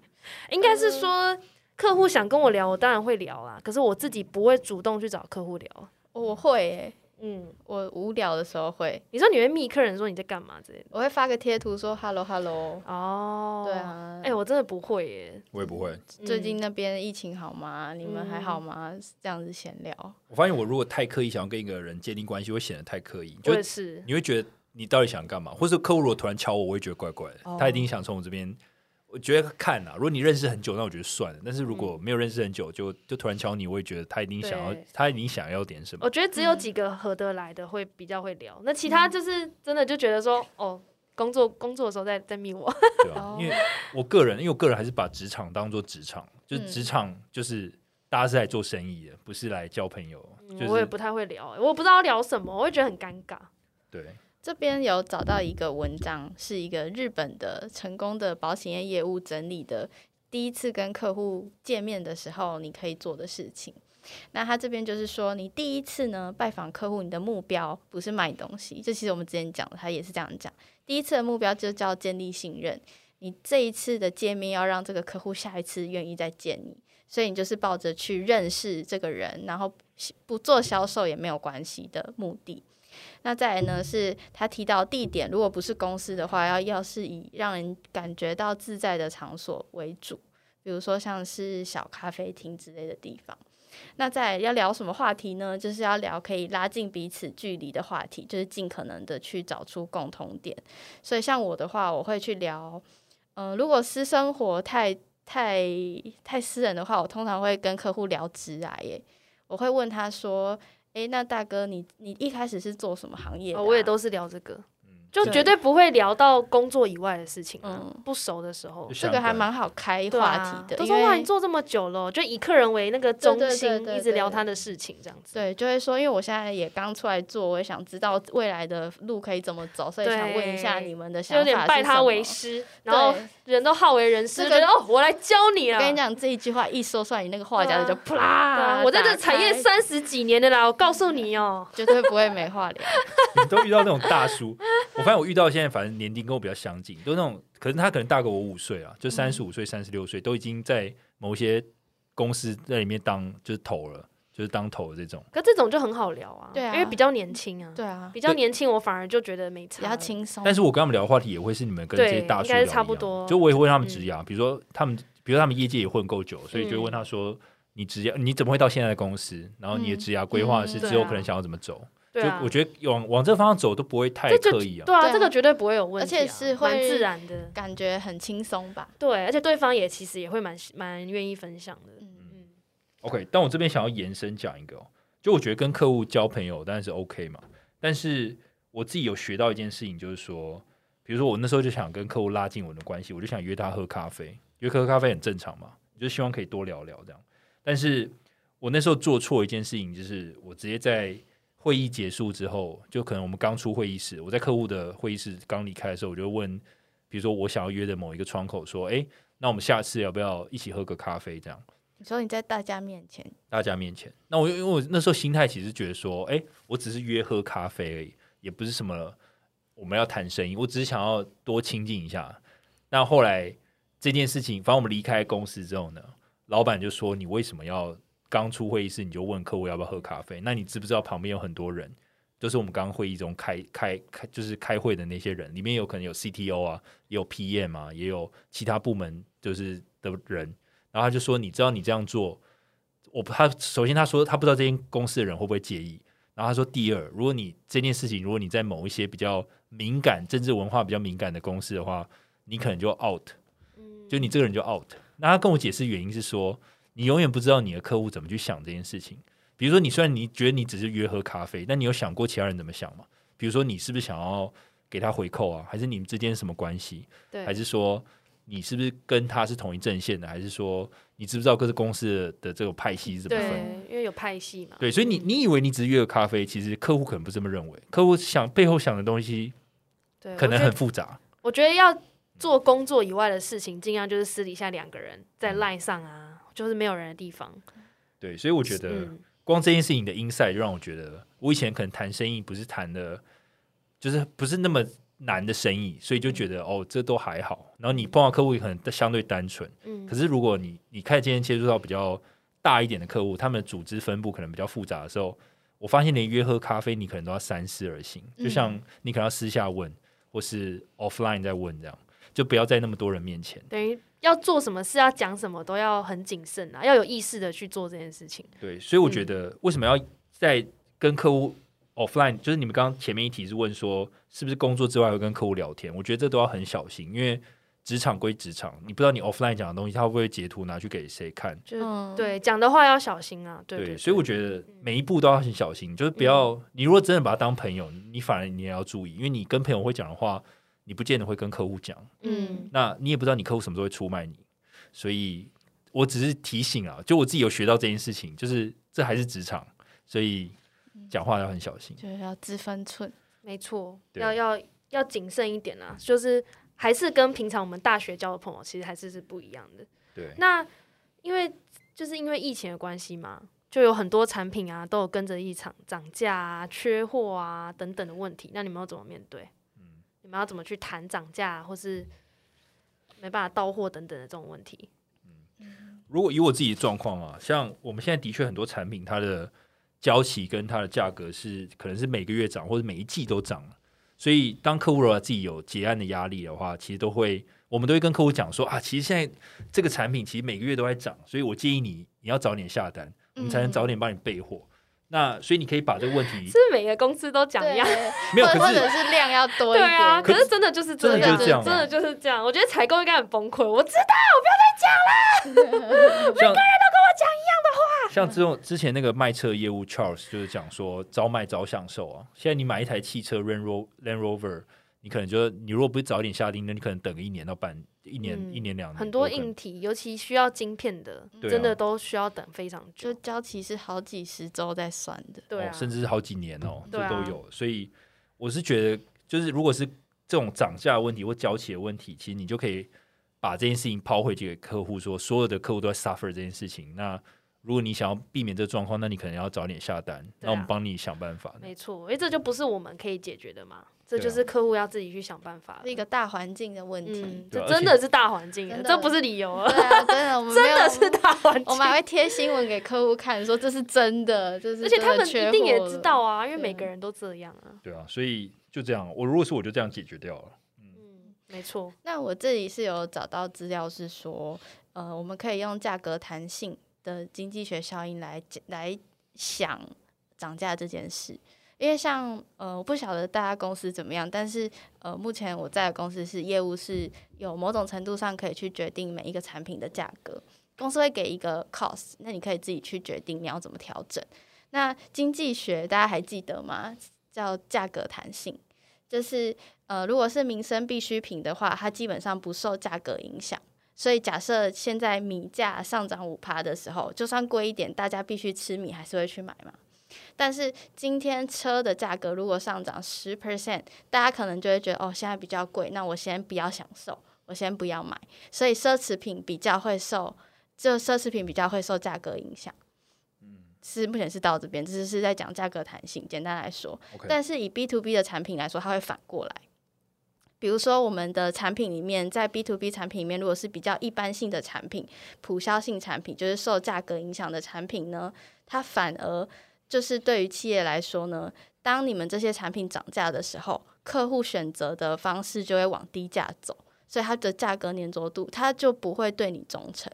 S3: 应该是说客户想跟我聊，我当然会聊啦。可是我自己不会主动去找客户聊。
S2: 我会哎、
S3: 嗯，
S2: 我无聊的时候会，
S3: 你说你会密客人说你在干嘛之类的？
S2: 我会发个贴图说 hello hello，、
S3: 哦，
S2: 对，啊，
S3: 哎、我真的不会耶。
S1: 我也不会。
S3: 嗯
S2: 最近那边疫情好吗？你们还好吗？这样子闲聊，
S1: 我发现我如果太刻意想要跟一个人建立关系，会显得太刻意，
S3: 我
S1: 就
S3: 也是，
S1: 你会觉得你到底想干嘛，或是客户如果突然敲我，我会觉得怪怪的。
S3: 哦
S1: 他一定想从我这边，我觉得看啊，如果你认识很久，那我觉得算了。但是如果没有认识很久，就就突然敲你，我会觉得他一定想要
S3: 对，哦
S1: 他一定想要点什么。
S3: 我觉得只有几个合得来的会比较会聊，那其他就是真的就觉得说，哦，工作工作的时候再再密我。
S1: 对啊
S2: 哦，
S1: 因为我个人，因为我个人还是把职场当做职场，就是
S2: 嗯
S1: 职场就是大家是来做生意的，不是来交朋友。 *laughs* 就
S3: 嗯我也
S1: 是
S3: 不太会聊，欸我不知道聊什么，我会觉得很尴尬。
S1: 对，
S2: 这边有找到一个文章，是一个日本的成功的保险业业务整理的。第一次跟客户见面的时候，你可以做的事情。那他这边就是说，你第一次呢拜访客户，你的目标不是卖东西，这其实我们之前讲的，他也是这样讲。第一次的目标就叫建立信任，你这一次的见面要让这个客户下一次愿意再见你，所以你就是抱着去认识这个人，然后不做销售也没有关系的目的。那再来呢，是他提到地点，如果不是公司的话，要要是以让人感觉到自在的场所为主，比如说像是小咖啡厅之类的地方。那再来要聊什么话题呢？就是要聊可以拉近彼此距离的话题，就是尽可能的去找出共同点。所以像我的话，我会去聊，嗯、如果私生活太太太私人的话，我通常会跟客户聊直癌耶，我会问他说。诶，那大哥，你你一开始是做什么行业的啊、
S3: 哦哦我也都是聊这个，
S1: 嗯，
S3: 就绝对不会聊到工作以外的事情啊。
S2: 嗯，
S3: 不熟的时候
S1: 就，
S2: 这
S1: 像
S2: 个还蛮好开
S3: 对
S2: 话
S3: 啊
S2: 题的，
S3: 都
S2: 因
S3: 说哇，你
S2: 为
S3: 做这么久了，就以客人为那个中
S2: 对对对
S3: 心，
S2: 对
S3: 一直聊
S2: 对
S3: 他的事情这样子。
S2: 对，就会说，因为我现在也刚出来做，我也想知道未来的路可以怎么走，所以想问一下
S3: 对
S2: 你们的
S3: 就
S2: 想法
S3: 有点拜
S2: 是
S3: 他
S2: 什
S3: 为
S2: 么
S3: 师，然后
S2: 对
S3: *laughs* 人都好为人师，
S2: 这
S3: 就觉
S2: 个
S3: 得哦，我来教你
S2: 我
S3: 啦。
S2: 跟你讲，这一句话一说出来，你那个话匣子就
S3: 对啊
S2: 啪
S3: 对
S2: 啦
S3: 啊，。我在
S2: 打
S3: 这产业
S2: 开
S3: 三十几年的啦，我告诉你哦。
S2: 绝对不会没话聊。
S1: 你都遇到那种大叔， *laughs* 我发现我遇到现在反正年龄跟我比较相近，都那种，可是他可能大过我五岁啊，
S3: 嗯
S1: 就三十五岁、三十六岁，都已经在某些公司在里面当就是头了，就是当头的这种。
S3: 可这种就很好聊啊，
S2: 对啊
S3: 因为比较年轻啊，
S2: 对
S3: *laughs*
S2: 啊，
S3: 比较年轻，我反而就觉得没差。
S2: 比较，轻松。
S1: 但是我跟他们聊的话题也会是你们跟这些大叔
S3: 哦
S1: 聊
S3: 对应该
S1: 的
S3: 是差不多
S1: 就我也会问他们职涯，比如说他们，比如说他们业界也混够久，所以就会
S3: 嗯
S1: 问他说。你职业你怎么会到现在的公司？然后你的
S2: 嗯
S1: 职涯规划是
S3: 嗯对啊
S1: 之后可能想要怎么走？
S3: 对啊
S1: 就我觉得往往这方向走都不会太
S3: 这就
S1: 刻意啊。
S3: 对啊，
S2: 对啊
S3: 这个绝对不会有问题啊，
S2: 而且是会
S3: 蛮自然的。
S2: 感觉很轻松吧？
S3: 对，而且对方也其实也会蛮蛮愿意分享的。
S2: 嗯，
S3: 嗯，
S1: OK，但我这边想要延伸讲一个、哦，就我觉得跟客户交朋友当然是 OK 嘛，但是我自己有学到一件事情，就是说，比如说我那时候就想跟客户拉近我的关系，我就想约他喝咖啡，约喝咖啡很正常嘛，就希望可以多聊聊这样。但是我那时候做错一件事情，就是我直接在会议结束之后，就可能我们刚出会议室，我在客户的会议室刚离开的时候，我就问，比如说我想要约的某一个窗口说，诶，那我们下次要不要一起喝个咖啡这样？
S2: 你说你在大家面前，
S1: 大家面前。那我因为我那时候心态其实觉得说，哎、我只是约喝咖啡而已，也不是什么我们要谈生意，我只是想要多亲近一下。那后来这件事情，反正我们离开公司之后呢，老板就说你为什么要刚出会议室你就问客户要不要喝咖啡？那你知不知道旁边有很多人？就是我们刚刚会议中开开开，就是开会的那些人，里面有可能有 CTO 啊，也有 PM 啊，也有其他部门就是的人。然后他就说：“你知道你这样做，我不他首先他说他不知道这间公司的人会不会介意，然后他说第二，如果你这件事情，如果你在某一些比较敏感、政治文化比较敏感的公司的话，你可能就 out，
S3: 嗯
S1: 就你这个人就 out。那他跟我解释原因是说，你永远不知道你的客户怎么去想这件事情。比如说，你虽然你觉得你只是约喝咖啡，但你有想过其他人怎么想吗？比如说，你是不是想要给他回扣啊？还是你们之间什么关系？
S3: 对，
S1: 还是说你是不是跟他是同一阵线的？还是说你知不知道各个公司的的这种派系是怎么分的？
S3: 对，因为有派系嘛。
S1: 对，所以你你以为你只是约个咖啡，其实客户可能不这么认为，客户想背后想的东西
S3: 对，
S1: 可
S3: 我
S1: 能
S3: 觉得
S1: 很复杂。
S3: 我觉得要做工作以外的事情，尽量就是私底下两个人在
S1: 嗯
S3: line 上啊，就是没有人的地方。
S1: 对，所以我觉得
S3: 嗯，
S1: 光这件事情的 insight 就让我觉得，我以前可能谈生意不是谈的，就是不是那么难的生意，所以就觉得哦，这都还好。然后你碰到客户可能相对单纯，
S3: 嗯
S1: 可是如果你你开始渐渐接触到比较大一点的客户，他们的组织分布可能比较复杂的时候，我发现连约喝咖啡，你可能都要三思而行。就像你可能要私下问，或是 offline 再问这样，就不要在那么多人面前。
S3: 等于要做什么事，要讲什么，都要很谨慎啊，要有意识的去做这件事情。
S1: 对，所以
S3: 嗯
S1: 我觉得为什么要在跟客户 offline，就是你们刚刚前面一题是问说是不是工作之外会跟客户聊天，我觉得这都要很小心，因为职场归职场，你不知道你 offline 讲的东西，他会不会截图拿去给谁看。
S3: 就是、
S2: 嗯，，
S3: 对讲的话要小心啊，对对，嗯
S1: 所以我觉得每一步都要很小心，就是不要、你如果真的把他当朋友，你反而你也要注意，因为你跟朋友会讲的话，你不见得会跟客户讲，
S3: 嗯，
S1: 那你也不知道你客户什么时候会出卖你，所以我只是提醒啊，就我自己有学到这件事情，就是这还是职场，所以讲话要很小心。
S2: 就是要知分
S3: *laughs*
S2: 寸。
S3: 没错，
S1: 对
S3: 要要要谨慎一点啊，就是还是跟平常我们大学交的朋友，其实还是是不一样的。
S1: 对，
S3: 那因为就是因为疫情的关系嘛，就有很多产品啊都有跟着一场涨价啊、缺货啊等等的问题。那你们要怎么面对？
S1: 嗯
S3: 你们要怎么去谈涨价、啊或是没办法到货等等的这种问题？
S1: 如果以我自己的状况啊，像我们现在的确很多产品，它的交期跟它的价格是可能是每个月涨，或者每一季都涨。所以当客户如果自己有结案的压力的话，其实都会我们都会跟客户讲说啊，其实现在这个产品其实每个月都在涨，所以我建议你你要早点下单，我们才能早点帮你备货。那所以你可以把这个问题 *laughs*
S3: 是每个公司都讲一样，
S2: 对，啊
S1: 没有，
S2: 或
S1: 可
S2: 或
S1: 是
S2: 者是量要多一
S3: *laughs* 对
S2: 点。
S3: 啊。可
S1: 可
S3: 是真的就是
S1: 真的
S3: 样，
S2: 就是
S1: 这样啊
S3: 真的就是这样。我觉得采购应该很崩溃。我知
S1: 像每个人都跟我讲一样的话。像这种之前那个卖车业务 Charles 就是讲说，早买早享受啊。现在你买一台汽车 Land Rover，Land Rover，你可能就你如果不是早一点下定，那你可能等个一年到半一年、
S3: 嗯
S1: 一年两年，
S3: 很多
S1: 有可能
S3: 硬体，尤其需要晶片的，
S1: 对啊
S3: 真的都需要等非常
S2: 就
S3: 久。
S2: 交期是好几十周在算的。
S3: 对啊，
S1: 哦，甚至是好几年哦，这
S3: 对啊
S1: 都有。所以我是觉得，就是如果是这种涨价的问题或交期的问题，其实你就可以把这件事情抛回去给客户说，所有的客户都在 suffer 这件事情。那如果你想要避免这个状况，那你可能要早点下单，那我们帮你想办法。
S3: 没错，因为这就不是我们可以解决的嘛，这
S1: 对啊
S3: 就是客户要自己去想办法
S2: 是一。个大环境的问题。
S3: 嗯，
S1: 对
S3: 这
S1: 啊
S3: 真
S1: 而
S3: 的是大环境
S2: 真，的
S3: 这不是理由啊，
S2: 对啊，真的，我们没
S3: *laughs* 真
S2: 有
S3: 的是大环
S2: 我
S3: 境
S2: 们。还会贴新闻给客户看，说这是真的，这是
S3: 而且他
S2: 真的
S3: 们
S2: 缺
S3: 一定也
S2: 货
S3: 知
S2: 了
S3: 道啊，因为每
S2: 对
S3: 个人都这样啊。
S1: 对啊，所以就这样。我如果是我就这样解决掉了。
S3: 嗯，没错。
S2: 那我这里是有找到资料是说，呃，我们可以用价格弹性的经济学效应来解来想涨价这件事。因为像呃，我不晓得大家公司怎么样，但是呃，目前我在的公司是业务是有某种程度上可以去决定每一个产品的价格，公司会给一个 cost，那你可以自己去决定你要怎么调整。那经济学大家还记得吗？叫价格弹性，就是呃，如果是民生必需品的话，它基本上不受价格影响。所以假设现在米价上涨五趴的时候，就算贵一点，大家必须吃米，还是会去买嘛。但是今天车的价格如果上涨十 percent，大家可能就会觉得哦，现在比较贵，那我先不要享受，我先不要买。所以奢侈品比较会受，就奢侈品比较会受价格影响。嗯，是目前是到这边，这是在讲价格弹性。简单来说，
S1: OK，
S2: 但是以 B to B 的产品来说，它会反过来。比如说，我们的产品里面，在 B to B 产品里面，如果是比较一般性的产品、普销性产品，就是受价格影响的产品呢，它反而就是对于企业来说呢，当你们这些产品涨价的时候，客户选择的方式就会往低价走，所以它的价格粘着度，它就不会对你忠诚。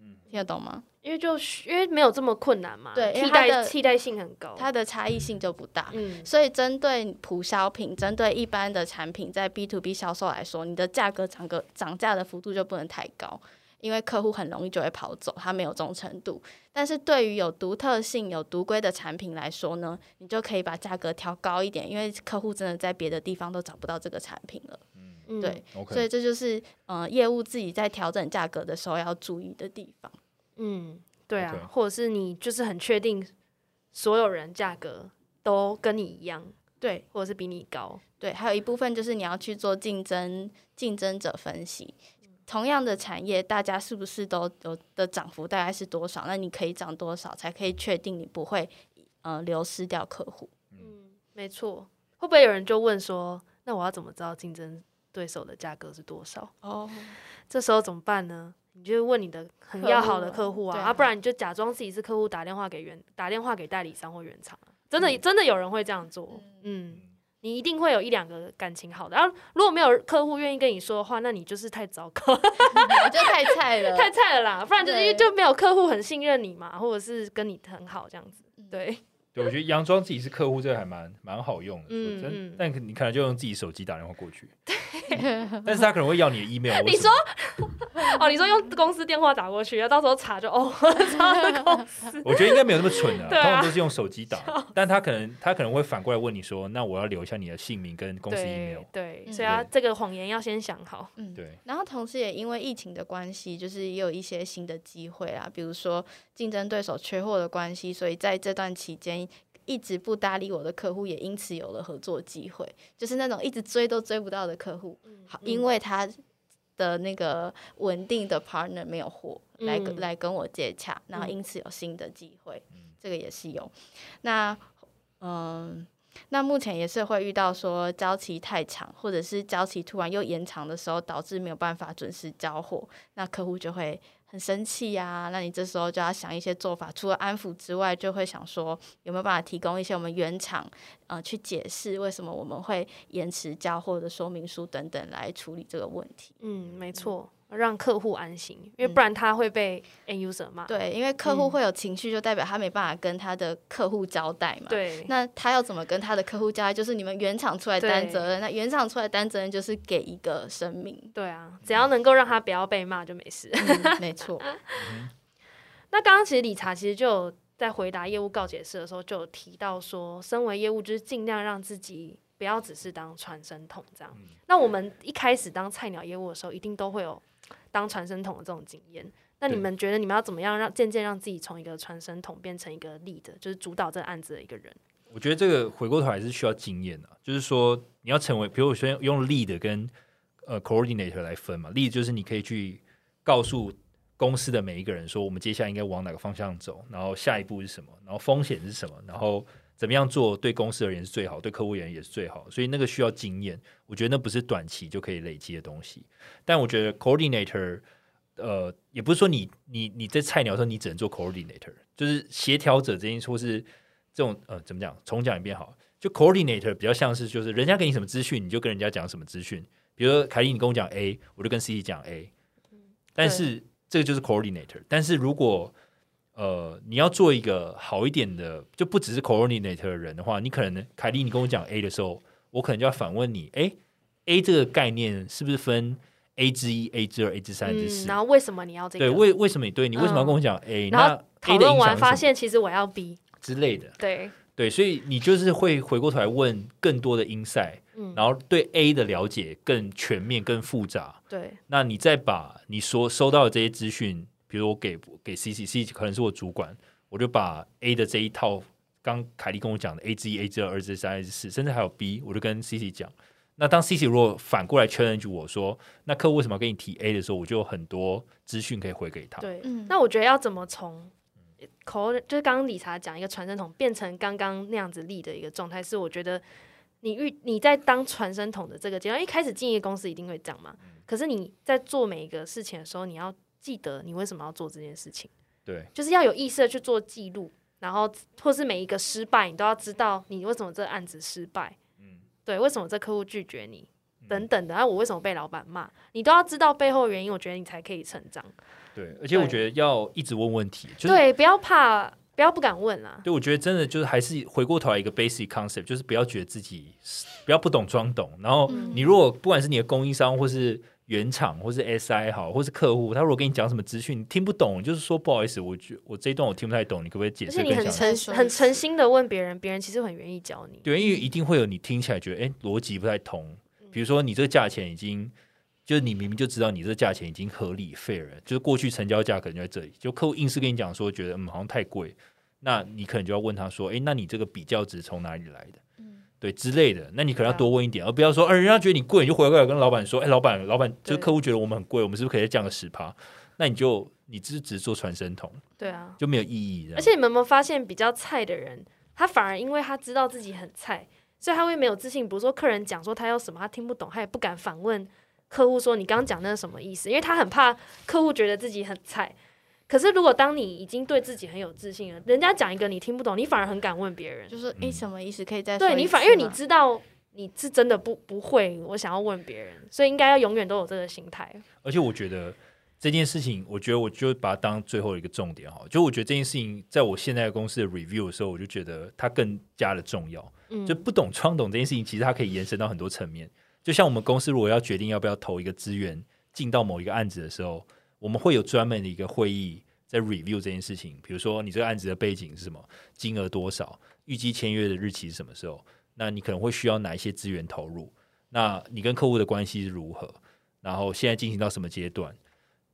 S2: 嗯，听得懂吗？
S3: 因为就因为没有这么困难嘛，
S2: 对因为
S3: 替
S2: 它
S3: 代
S2: 的
S3: 替代性很高。
S2: 它的差异性就不大。
S3: 嗯，
S2: 所以，针对普销品、针对一般的产品，在 B to B 销售来说，你的价格涨个涨价的幅度就不能太高，因为客户很容易就会跑走，他没有忠诚度。但是对于有独特性、有独规的产品来说呢，你就可以把价格调高一点，因为客户真的在别的地方都找不到这个产品了。
S3: 嗯
S2: 对，所
S1: OK，
S2: 以这就是呃业务自己在调整价格的时候要注意的地方。
S3: 嗯，对啊
S1: OK
S3: 或者是你就是很确定所有人价格都跟你一样，
S2: 对，
S3: 或者是比你高。
S2: 对，还有一部分就是你要去做竞争竞争者分析。同样的产业，大家是不是都有的涨幅大概是多少？那你可以涨多少才可以确定你不会呃流失掉客户？
S3: 嗯，没错。会不会有人就问说，那我要怎么知道竞争对手的价格是多少？
S2: 哦，
S3: 这时候怎么办呢？你就问你的很
S2: 客户
S3: 要好的
S2: 啊
S3: 客户啊，
S2: 对啊
S3: 啊不然你就假装自己是客户，打电话给原打电话给代理商或原厂啊。真
S2: 嗯
S3: 的、真的有人会这样做，嗯，你一定会有一两个感情好的。然后如果没有客户愿意跟你说的话，那你就是太糟糕 *laughs* 了，
S2: 我觉得太菜了，
S3: *laughs* 太菜了啦。不然就是因为
S2: 对
S3: 就没有客户很信任你嘛，或者是跟你很好这样子。
S2: 嗯
S3: 对， *laughs*
S1: 对我觉得佯装自己是客户这个还蛮蛮好用的，
S3: 嗯
S1: 说真
S3: 嗯
S1: 但可你可能就用自己手机打电话过去，但是他可能会要你的
S3: *laughs*
S1: email 或
S3: 你
S1: 什么。
S3: 说哦，你说用公司电话打过去，然后到时候查就哦，查到公司。
S1: 我觉得应该没有那么蠢啊，
S3: *laughs* 对啊
S1: 通常都是用手机打，但他可能他可能会反过来问你说，那我要留一下你的姓名跟公司 email
S3: 对。对，
S2: 嗯
S3: 所以啊，
S1: 对
S3: 这个谎言要先想好。
S2: 嗯，
S1: 对，
S2: 然后同时也因为疫情的关系，就是也有一些新的机会啦，比如说竞争对手缺货的关系，所以在这段期间一直不搭理我的客户，也因此有了合作机会，就是那种一直追都追不到的客户，好，因为他的那个稳定的 partner 没有货来跟
S3: 嗯
S2: 来跟我接洽，然后
S3: 嗯
S2: 因此有新的机会，
S1: 嗯
S2: 这个也是有。那嗯。那目前也是会遇到说交期太长，或者是交期突然又延长的时候，导致没有办法准时交货，那客户就会很生气呀、那你这时候就要想一些做法，除了安抚之外，就会想说有没有办法提供一些我们原厂呃去解释为什么我们会延迟交货的说明书等等来处理这个问题。
S3: 嗯，没错，让客户安心，因为
S2: 嗯
S3: 不然他会被 end user 骂。
S2: 对，因为客户
S3: 嗯
S2: 会有情绪，就代表他没办法跟他的客户交代嘛。
S3: 对，
S2: 那他要怎么跟他的客户交代？就是你们原厂出来担责任，那原厂出来担责任就是给一个声明
S3: *laughs* 对啊，只要能够让他不要被骂就没事。
S2: 嗯没错，
S3: 哦那刚刚其实理查其实就有在回答业务告解室的时候就有提到说，身为业务就是尽量让自己不要只是当传声筒这样。
S1: 嗯
S3: 那我们一开始当菜鸟业务的时候，一定都会有当传声筒的这种经验。那你
S1: 对
S3: 们觉得你们要怎么样让渐渐让自己从一个传声筒变成一个 lead，就是主导这个案子的一个人？
S1: 我觉得这个回过头还是需要经验的、就是说你要成为，比如我先用 lead 跟呃 coordinator 来分嘛，lead 就是你可以去告诉公司的每一个人说，我们接下来应该往哪个方向走，然后下一步是什么，然后风险是什么，然后怎么样做对公司而言是最好，对客户而言也是最好，所以那个需要经验，我觉得那不是短期就可以累积的东西，但我觉得 coordinator。呃，也不是说你你你在菜鸟的时候你只能做 coordinator，就是协调者这件事，或是这种呃怎么讲？重讲一遍好了，就 coordinator 比较像是就是人家给你什么资讯，你就跟人家讲什么资讯。比如说凯莉，你跟我讲 A，我就跟 C 讲 A，但是这个就是 coordinator。但是如果呃你要做一个好一点的，就不只是 coordinator 的人的话，你可能凯莉你跟我讲 A 的时候，我可能就要反问你，诶 a 这个概念是不是分 A 之一、A 之二、A 之三、A 之
S3: 嗯，
S1: 四？
S3: 然后为什么你要这个？嗯
S1: 对，为为什么你对你为什么要跟我讲 A？、
S3: 然后
S1: 那
S3: 讨
S1: A 的
S3: 论
S1: 影响
S3: 完
S1: 是
S3: 发
S1: 什么
S3: 现，其实我要 B，
S1: 之类的。
S3: 对，
S1: 对，所以你就是会回过头来问更多的 insight，、
S3: 嗯
S1: 然后对 A 的了解更全面、更复杂。
S3: 对，
S1: 那你再把你所收到的这些资讯，比如我给给 C C C 可能是我主管，我就把 A 的这一套，刚凯莉跟我讲的 A 之一、A 之二、二之三、A 之四，甚至还有 B，我就跟 C C 讲。那当 C C 如果反过来 challenge 我说，那客户为什么要跟你提 A 的时候，我就有很多资讯可以回给他。
S3: 对，
S2: 嗯
S3: 那我觉得要怎么从口就是刚刚理查讲一个传声筒变成刚刚那样子立的一个状态，是我觉得你遇你在当传声筒的这个阶段，一开始进一个公司一定会这样嘛。
S1: 嗯
S3: 可是你在做每一个事情的时候，你要记得你为什么要做这件事情，
S1: 对，
S3: 就是要有意识的去做记录，然后或是每一个失败，你都要知道你为什么这个案子失败，
S1: 嗯
S3: 对，为什么这客户拒绝你。等等的，然后我为什么被老板骂？你都要知道背后的原因，我觉得你才可以成长。
S1: 对，而且我
S3: 对
S1: 觉得要一直问问题，就是
S3: 对，不要怕，不要不敢问啦。
S1: 对，我觉得真的就是还是回过头来一个 basic concept，就是不要觉得自己是不要不懂装懂。然后
S2: 嗯
S1: 你如果不管是你的供应商，或是原厂，或是 SI 好，或是客户，他如果跟你讲什么资讯，你听不懂，你就是说不好意思，我觉我这一段我听不太懂，你可不可以解
S3: 而
S1: 释
S3: 且
S1: 更
S3: 你
S1: 详
S3: 很
S1: 细？
S3: 诚
S2: 再说一
S3: 很
S2: 次
S3: 诚心的问别人，别人其实很愿意教你。
S1: 对，因为一定会有你听起来觉得哎逻辑不太通，比如说你这个价钱已经。就是你明明就知道你这个价钱已经合理 fair 了，就是过去成交价可能就在这里，就客户硬是跟你讲说觉得嗯好像太贵，那你可能就要问他说，哎，那你这个比较值从哪里来的？对之类的，那你可能要多问一点，而不要说，呃，人家觉得你贵，你就回过来跟老板说，哎，老板，老板，就是
S3: 对
S1: 客户觉得我们很贵，我们是不是可以再降个十趴？那你就你只是只是做传声筒，
S3: 对啊，
S1: 就没有意义这样。
S3: 而且你们有没有发现，比较菜的人，他反而因为他知道自己很菜，所以他会没有自信。比如说客人讲说他要什么，他听不懂，他也不敢反问客户说你刚刚讲那是什么意思，因为他很怕客户觉得自己很菜。可是如果当你已经对自己很有自信了，人家讲一个你听不懂，你反而很敢问别人。
S2: 就说
S1: 嗯
S2: 诶、什么意思？可以再说
S3: 对你
S2: 一
S3: 反，
S2: 次
S3: 因为你
S2: 吗
S3: 知道你是真的不不会，我想要问别人，所以应该要永远都有这个心态。
S1: 而且我觉得这件事情，我觉得我就把它当最后一个重点哈。就我觉得这件事情，在我现在的公司的 review 的时候，我就觉得它更加的重要。
S3: 嗯
S1: 就不懂装懂这件事情，其实它可以延伸到很多层面。就像我们公司如果要决定要不要投一个资源进到某一个案子的时候，我们会有专门的一个会议在 review 这件事情。比如说，你这个案子的背景是什么，金额多少，预计签约的日期是什么时候？那你可能会需要哪一些资源投入？那你跟客户的关系是如何？然后现在进行到什么阶段？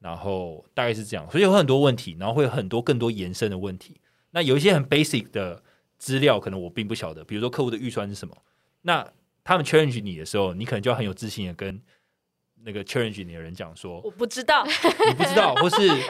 S1: 然后大概是这样，所以有很多问题，然后会有很多更多延伸的问题。那有一些很 basic 的资料，可能我并不晓得，比如说客户的预算是什么。那他们 challenge 你的时候，你可能就要很有自信的跟那个 challenge 你的人讲说，
S3: 我不
S1: *laughs*
S3: 知道，
S1: 你不知道，或是你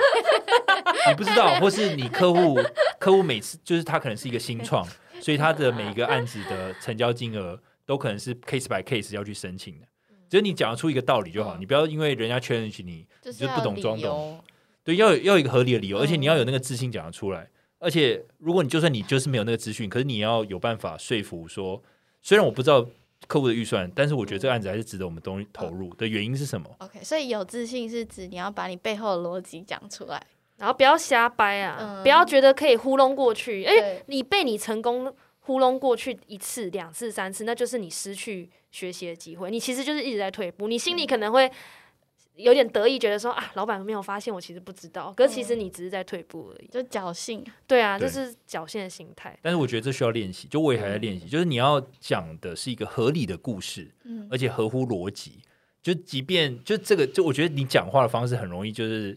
S1: 不知道，或是你客户客户每次就是他可能是一个新创，所以他的每一个案子的成交金额都可能是 case by case 要去申请的。只是你讲得出一个道理就好，
S2: 嗯
S1: 你不要因为人家 challenge 你，
S2: 就
S1: 你
S2: 是
S1: 就
S2: 要
S1: 不懂
S2: 理
S1: 装懂。
S2: 由，
S1: 对，要有要有一个合理的理由，而且你
S2: 嗯
S1: 要有那个自信讲得出来。而且，如果你就算你就是没有那个资讯，可是你要有办法说服说，虽然我不知道客户的预算，但是我觉得这个案子还是值得我们东西投
S2: 嗯
S1: 入的原因是什么？
S2: OK，所以有自信是指你要把你背后的逻辑讲出来。
S3: 然后不要瞎掰啊，
S2: 嗯
S3: 不要觉得可以糊弄过去，哎因为
S2: 对
S3: 你被你成功糊弄过去一次、两次、三次，那就是你失去学习的机会，你其实就是一直在退步，你心里可能会。有点得意，觉得说啊，老板没有发现我其实不知道，可是其实你只是在退步而已。
S2: 就侥幸，
S3: 对啊，这
S1: 对
S3: 是侥幸的心态。
S1: 但是我觉得这需要练习，就我也
S3: 嗯
S1: 还在练习，就是你要讲的是一个合理的故事， *laughs*
S2: 嗯，
S1: 而且合乎逻辑。就即便就这个，就我觉得你讲话的方式很容易就是，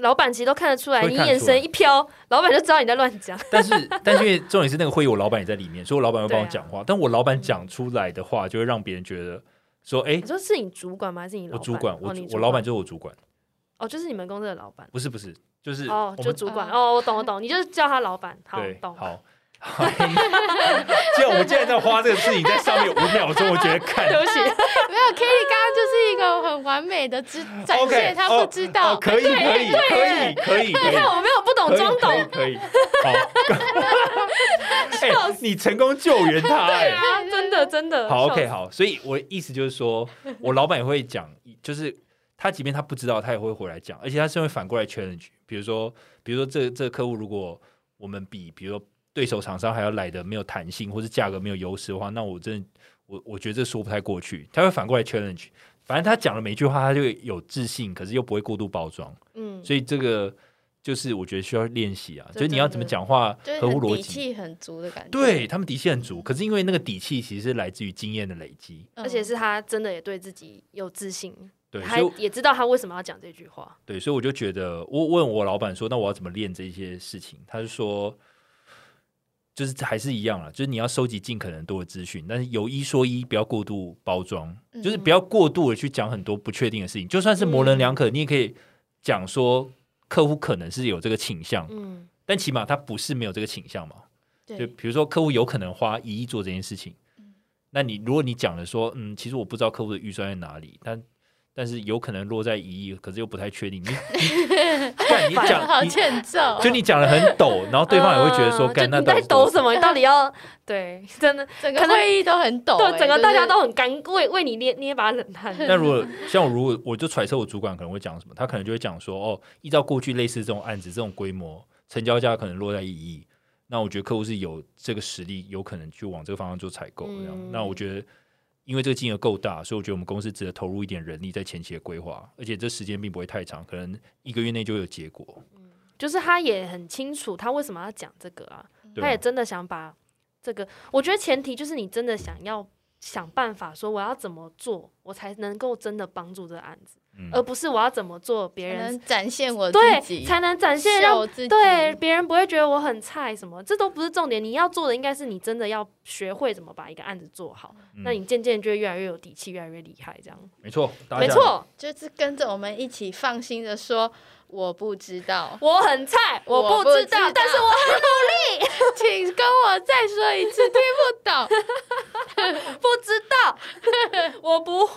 S3: 老板其实都看得出来，
S1: 会
S3: 你
S1: 看得
S3: 眼
S1: 出来
S3: 神一飘，老板就知道你在乱讲。
S1: 但是但是因为重点是那个会议我老板也在里面，所以我老板会帮我
S3: 啊
S1: 讲话，但我老板讲出来的话就会让别人觉得说，哎、
S3: 你说是你主管吗？还是你老
S1: 我
S3: 板？
S1: 主管，我
S3: 哦、你
S1: 主
S3: 主
S1: 我老板就是我主管，
S3: 哦，就是你们公司的老板。
S1: 不是不是，就是
S3: 哦，
S1: 我
S3: 就
S1: 们
S3: 主管哦，我懂我懂，你就是叫他老板，好
S1: 对
S3: 懂。 *laughs*
S1: 好。好 *laughs* 既然我们竟然在花这个事情在上面五秒钟，我觉得
S3: *laughs*
S1: 看
S3: 对不起，
S2: 没有 Kelly 刚刚就是一个很完美的知展
S1: OK，
S2: 现，他不知道
S1: 哦，可以可以可以可以可以
S3: 看我没有不懂哦装懂，
S1: 可以，可以可以好，
S3: *laughs*
S1: 哎，你成功救援他哎、
S3: 啊，真的真的。
S1: 好
S3: 笑
S1: ，OK，
S3: 死
S1: 好，所以我的意思就是说，我老板也会讲，就是他即便他不知道，他也会回来讲，而且他是会反过来 challenge，比如说，比如说这这个客户如果我们比，比如说对手厂商还要来的没有弹性，或是价格没有优势的话，那我真的我我觉得这说不太过去，他会反过来 challenge。反正他讲的每一句话，他就有自信，可是又不会过度包装，
S3: 嗯，
S1: 所以这个就是我觉得需要练习啊，就
S3: 这
S1: 是你要
S3: 真
S1: 怎么
S3: 的
S1: 讲话
S2: 就是
S1: 合乎
S2: 很
S1: 逻
S2: 底
S1: 辑，
S2: 气很足的感觉，
S1: 对他们底气很足，可是因为那个底气其实是来自于经验的累积，
S2: 嗯，
S3: 而且是他真的也对自己有自信，
S1: 对，
S3: 他
S1: 所以
S3: 也知道他为什么要讲这句话。
S1: 对，所以我就觉得，我问我老板说，那我要怎么练这些事情？他就说，就是还是一样了，就是你要收集尽可能多的资讯，但是有一说一，不要过度包装，
S2: 嗯
S1: 就是不要过度的去讲很多不确定的事情，就算是模棱两可，你也可以讲说客户可能是有这个倾向，
S3: 嗯，
S1: 但起码他不是没有这个倾向嘛。就
S2: 对，
S1: 比如说客户有可能花一亿做这件事情，
S3: 嗯
S1: 那你如果你讲了说，嗯，其实我不知道客户的预算在哪里，但但是有可能落在一亿，可是又不太确
S3: *laughs*
S1: 定，你你干你
S2: 好
S1: 讲你
S2: 欠揍，
S1: 就你讲的很抖，然后对方也会觉得说，
S3: 嗯
S1: 干
S3: 就
S1: 那
S3: 你在
S1: 到
S3: 抖
S1: 底
S2: *laughs*
S3: 什么？你到底要对，真的，
S2: 整个
S3: 可能
S2: 会议都很抖、
S3: 对，
S2: 欸，
S3: 整个
S2: 就是
S3: 大家都很干，为为你捏捏把冷
S2: *laughs*
S3: 汗。
S1: 但如果像我，如果我就揣测我主管可能会讲什么，他可能就会讲说，哦，依照过去类似这种案子这种规模，成交价可能落在一亿，那我觉得客户是有这个实力，有可能去往这个方向做采购。这样，
S3: 嗯
S1: 那我觉得因为这个金额够大，所以我觉得我们公司值得投入一点人力在前期的规划，而且这时间并不会太长，可能一个月内就有结果。
S3: 就是他也很清楚他为什么要讲这个啊，
S1: 对
S3: 他也
S1: 啊，
S3: 真的想把这个，我觉得前提就是你真的想要想办法说我要怎么做，我才能够真的帮助这个案子，
S1: 嗯
S3: 而不是我要怎么做别
S2: 才
S3: 人
S2: 能展现我自
S3: 对
S2: 己，
S3: 才能展
S2: 秀
S3: 现让
S2: 自己，
S3: 对别人不会觉得我很菜什么，这都不是重点，你要做的应该是你真的要学会怎么把一个案子做好，那你渐渐就会越来越有底气，越来越厉害这样，
S1: 没错，大家
S3: 没错，，
S2: 就是跟着我们一起放心的说我不知道
S3: 我很菜，
S2: 我
S3: 我
S2: 不
S3: 不知
S2: 知
S3: 道，
S2: 道
S3: 但是我
S2: *laughs* 请跟我再说一次，听不懂，
S3: 不知道， *laughs* 我不会。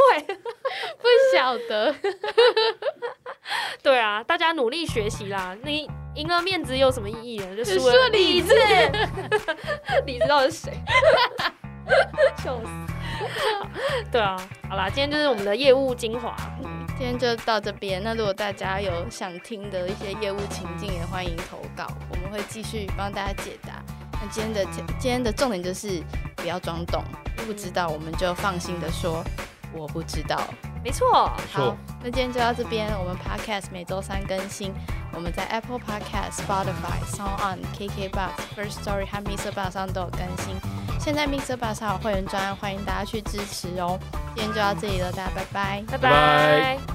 S2: 不晓
S3: *laughs*
S2: 得，
S3: 对啊，大家努力学习啦。你赢了面子有什么意义呢？就输
S2: 输
S3: 了
S2: 了
S3: 理
S2: 理
S3: 智。 *laughs* 理智到底是谁？笑死。对啊，好啦，今天就是我们的业务精华。
S2: 今天就到这边。那如果大家有想听的一些业务情境，也欢迎投稿，我们会继续帮大家解答。那今天的今天的重点就是不要装懂，不知道我们就放心的说我不知道。
S3: 没错，
S1: 没
S2: 好
S1: 错，，
S2: 那今天就到这边。我们 Podcast 每周三更新，我们在 Apple Podcast、Spotify、Sound On、KKBox、First Story 和 Mr. Bar 上都有更新。现在 Mr. Bar 上有会员专案，欢迎大家去支持哦。今天就到这里了，大家拜拜。
S3: 拜
S1: 拜
S3: 拜
S1: 拜。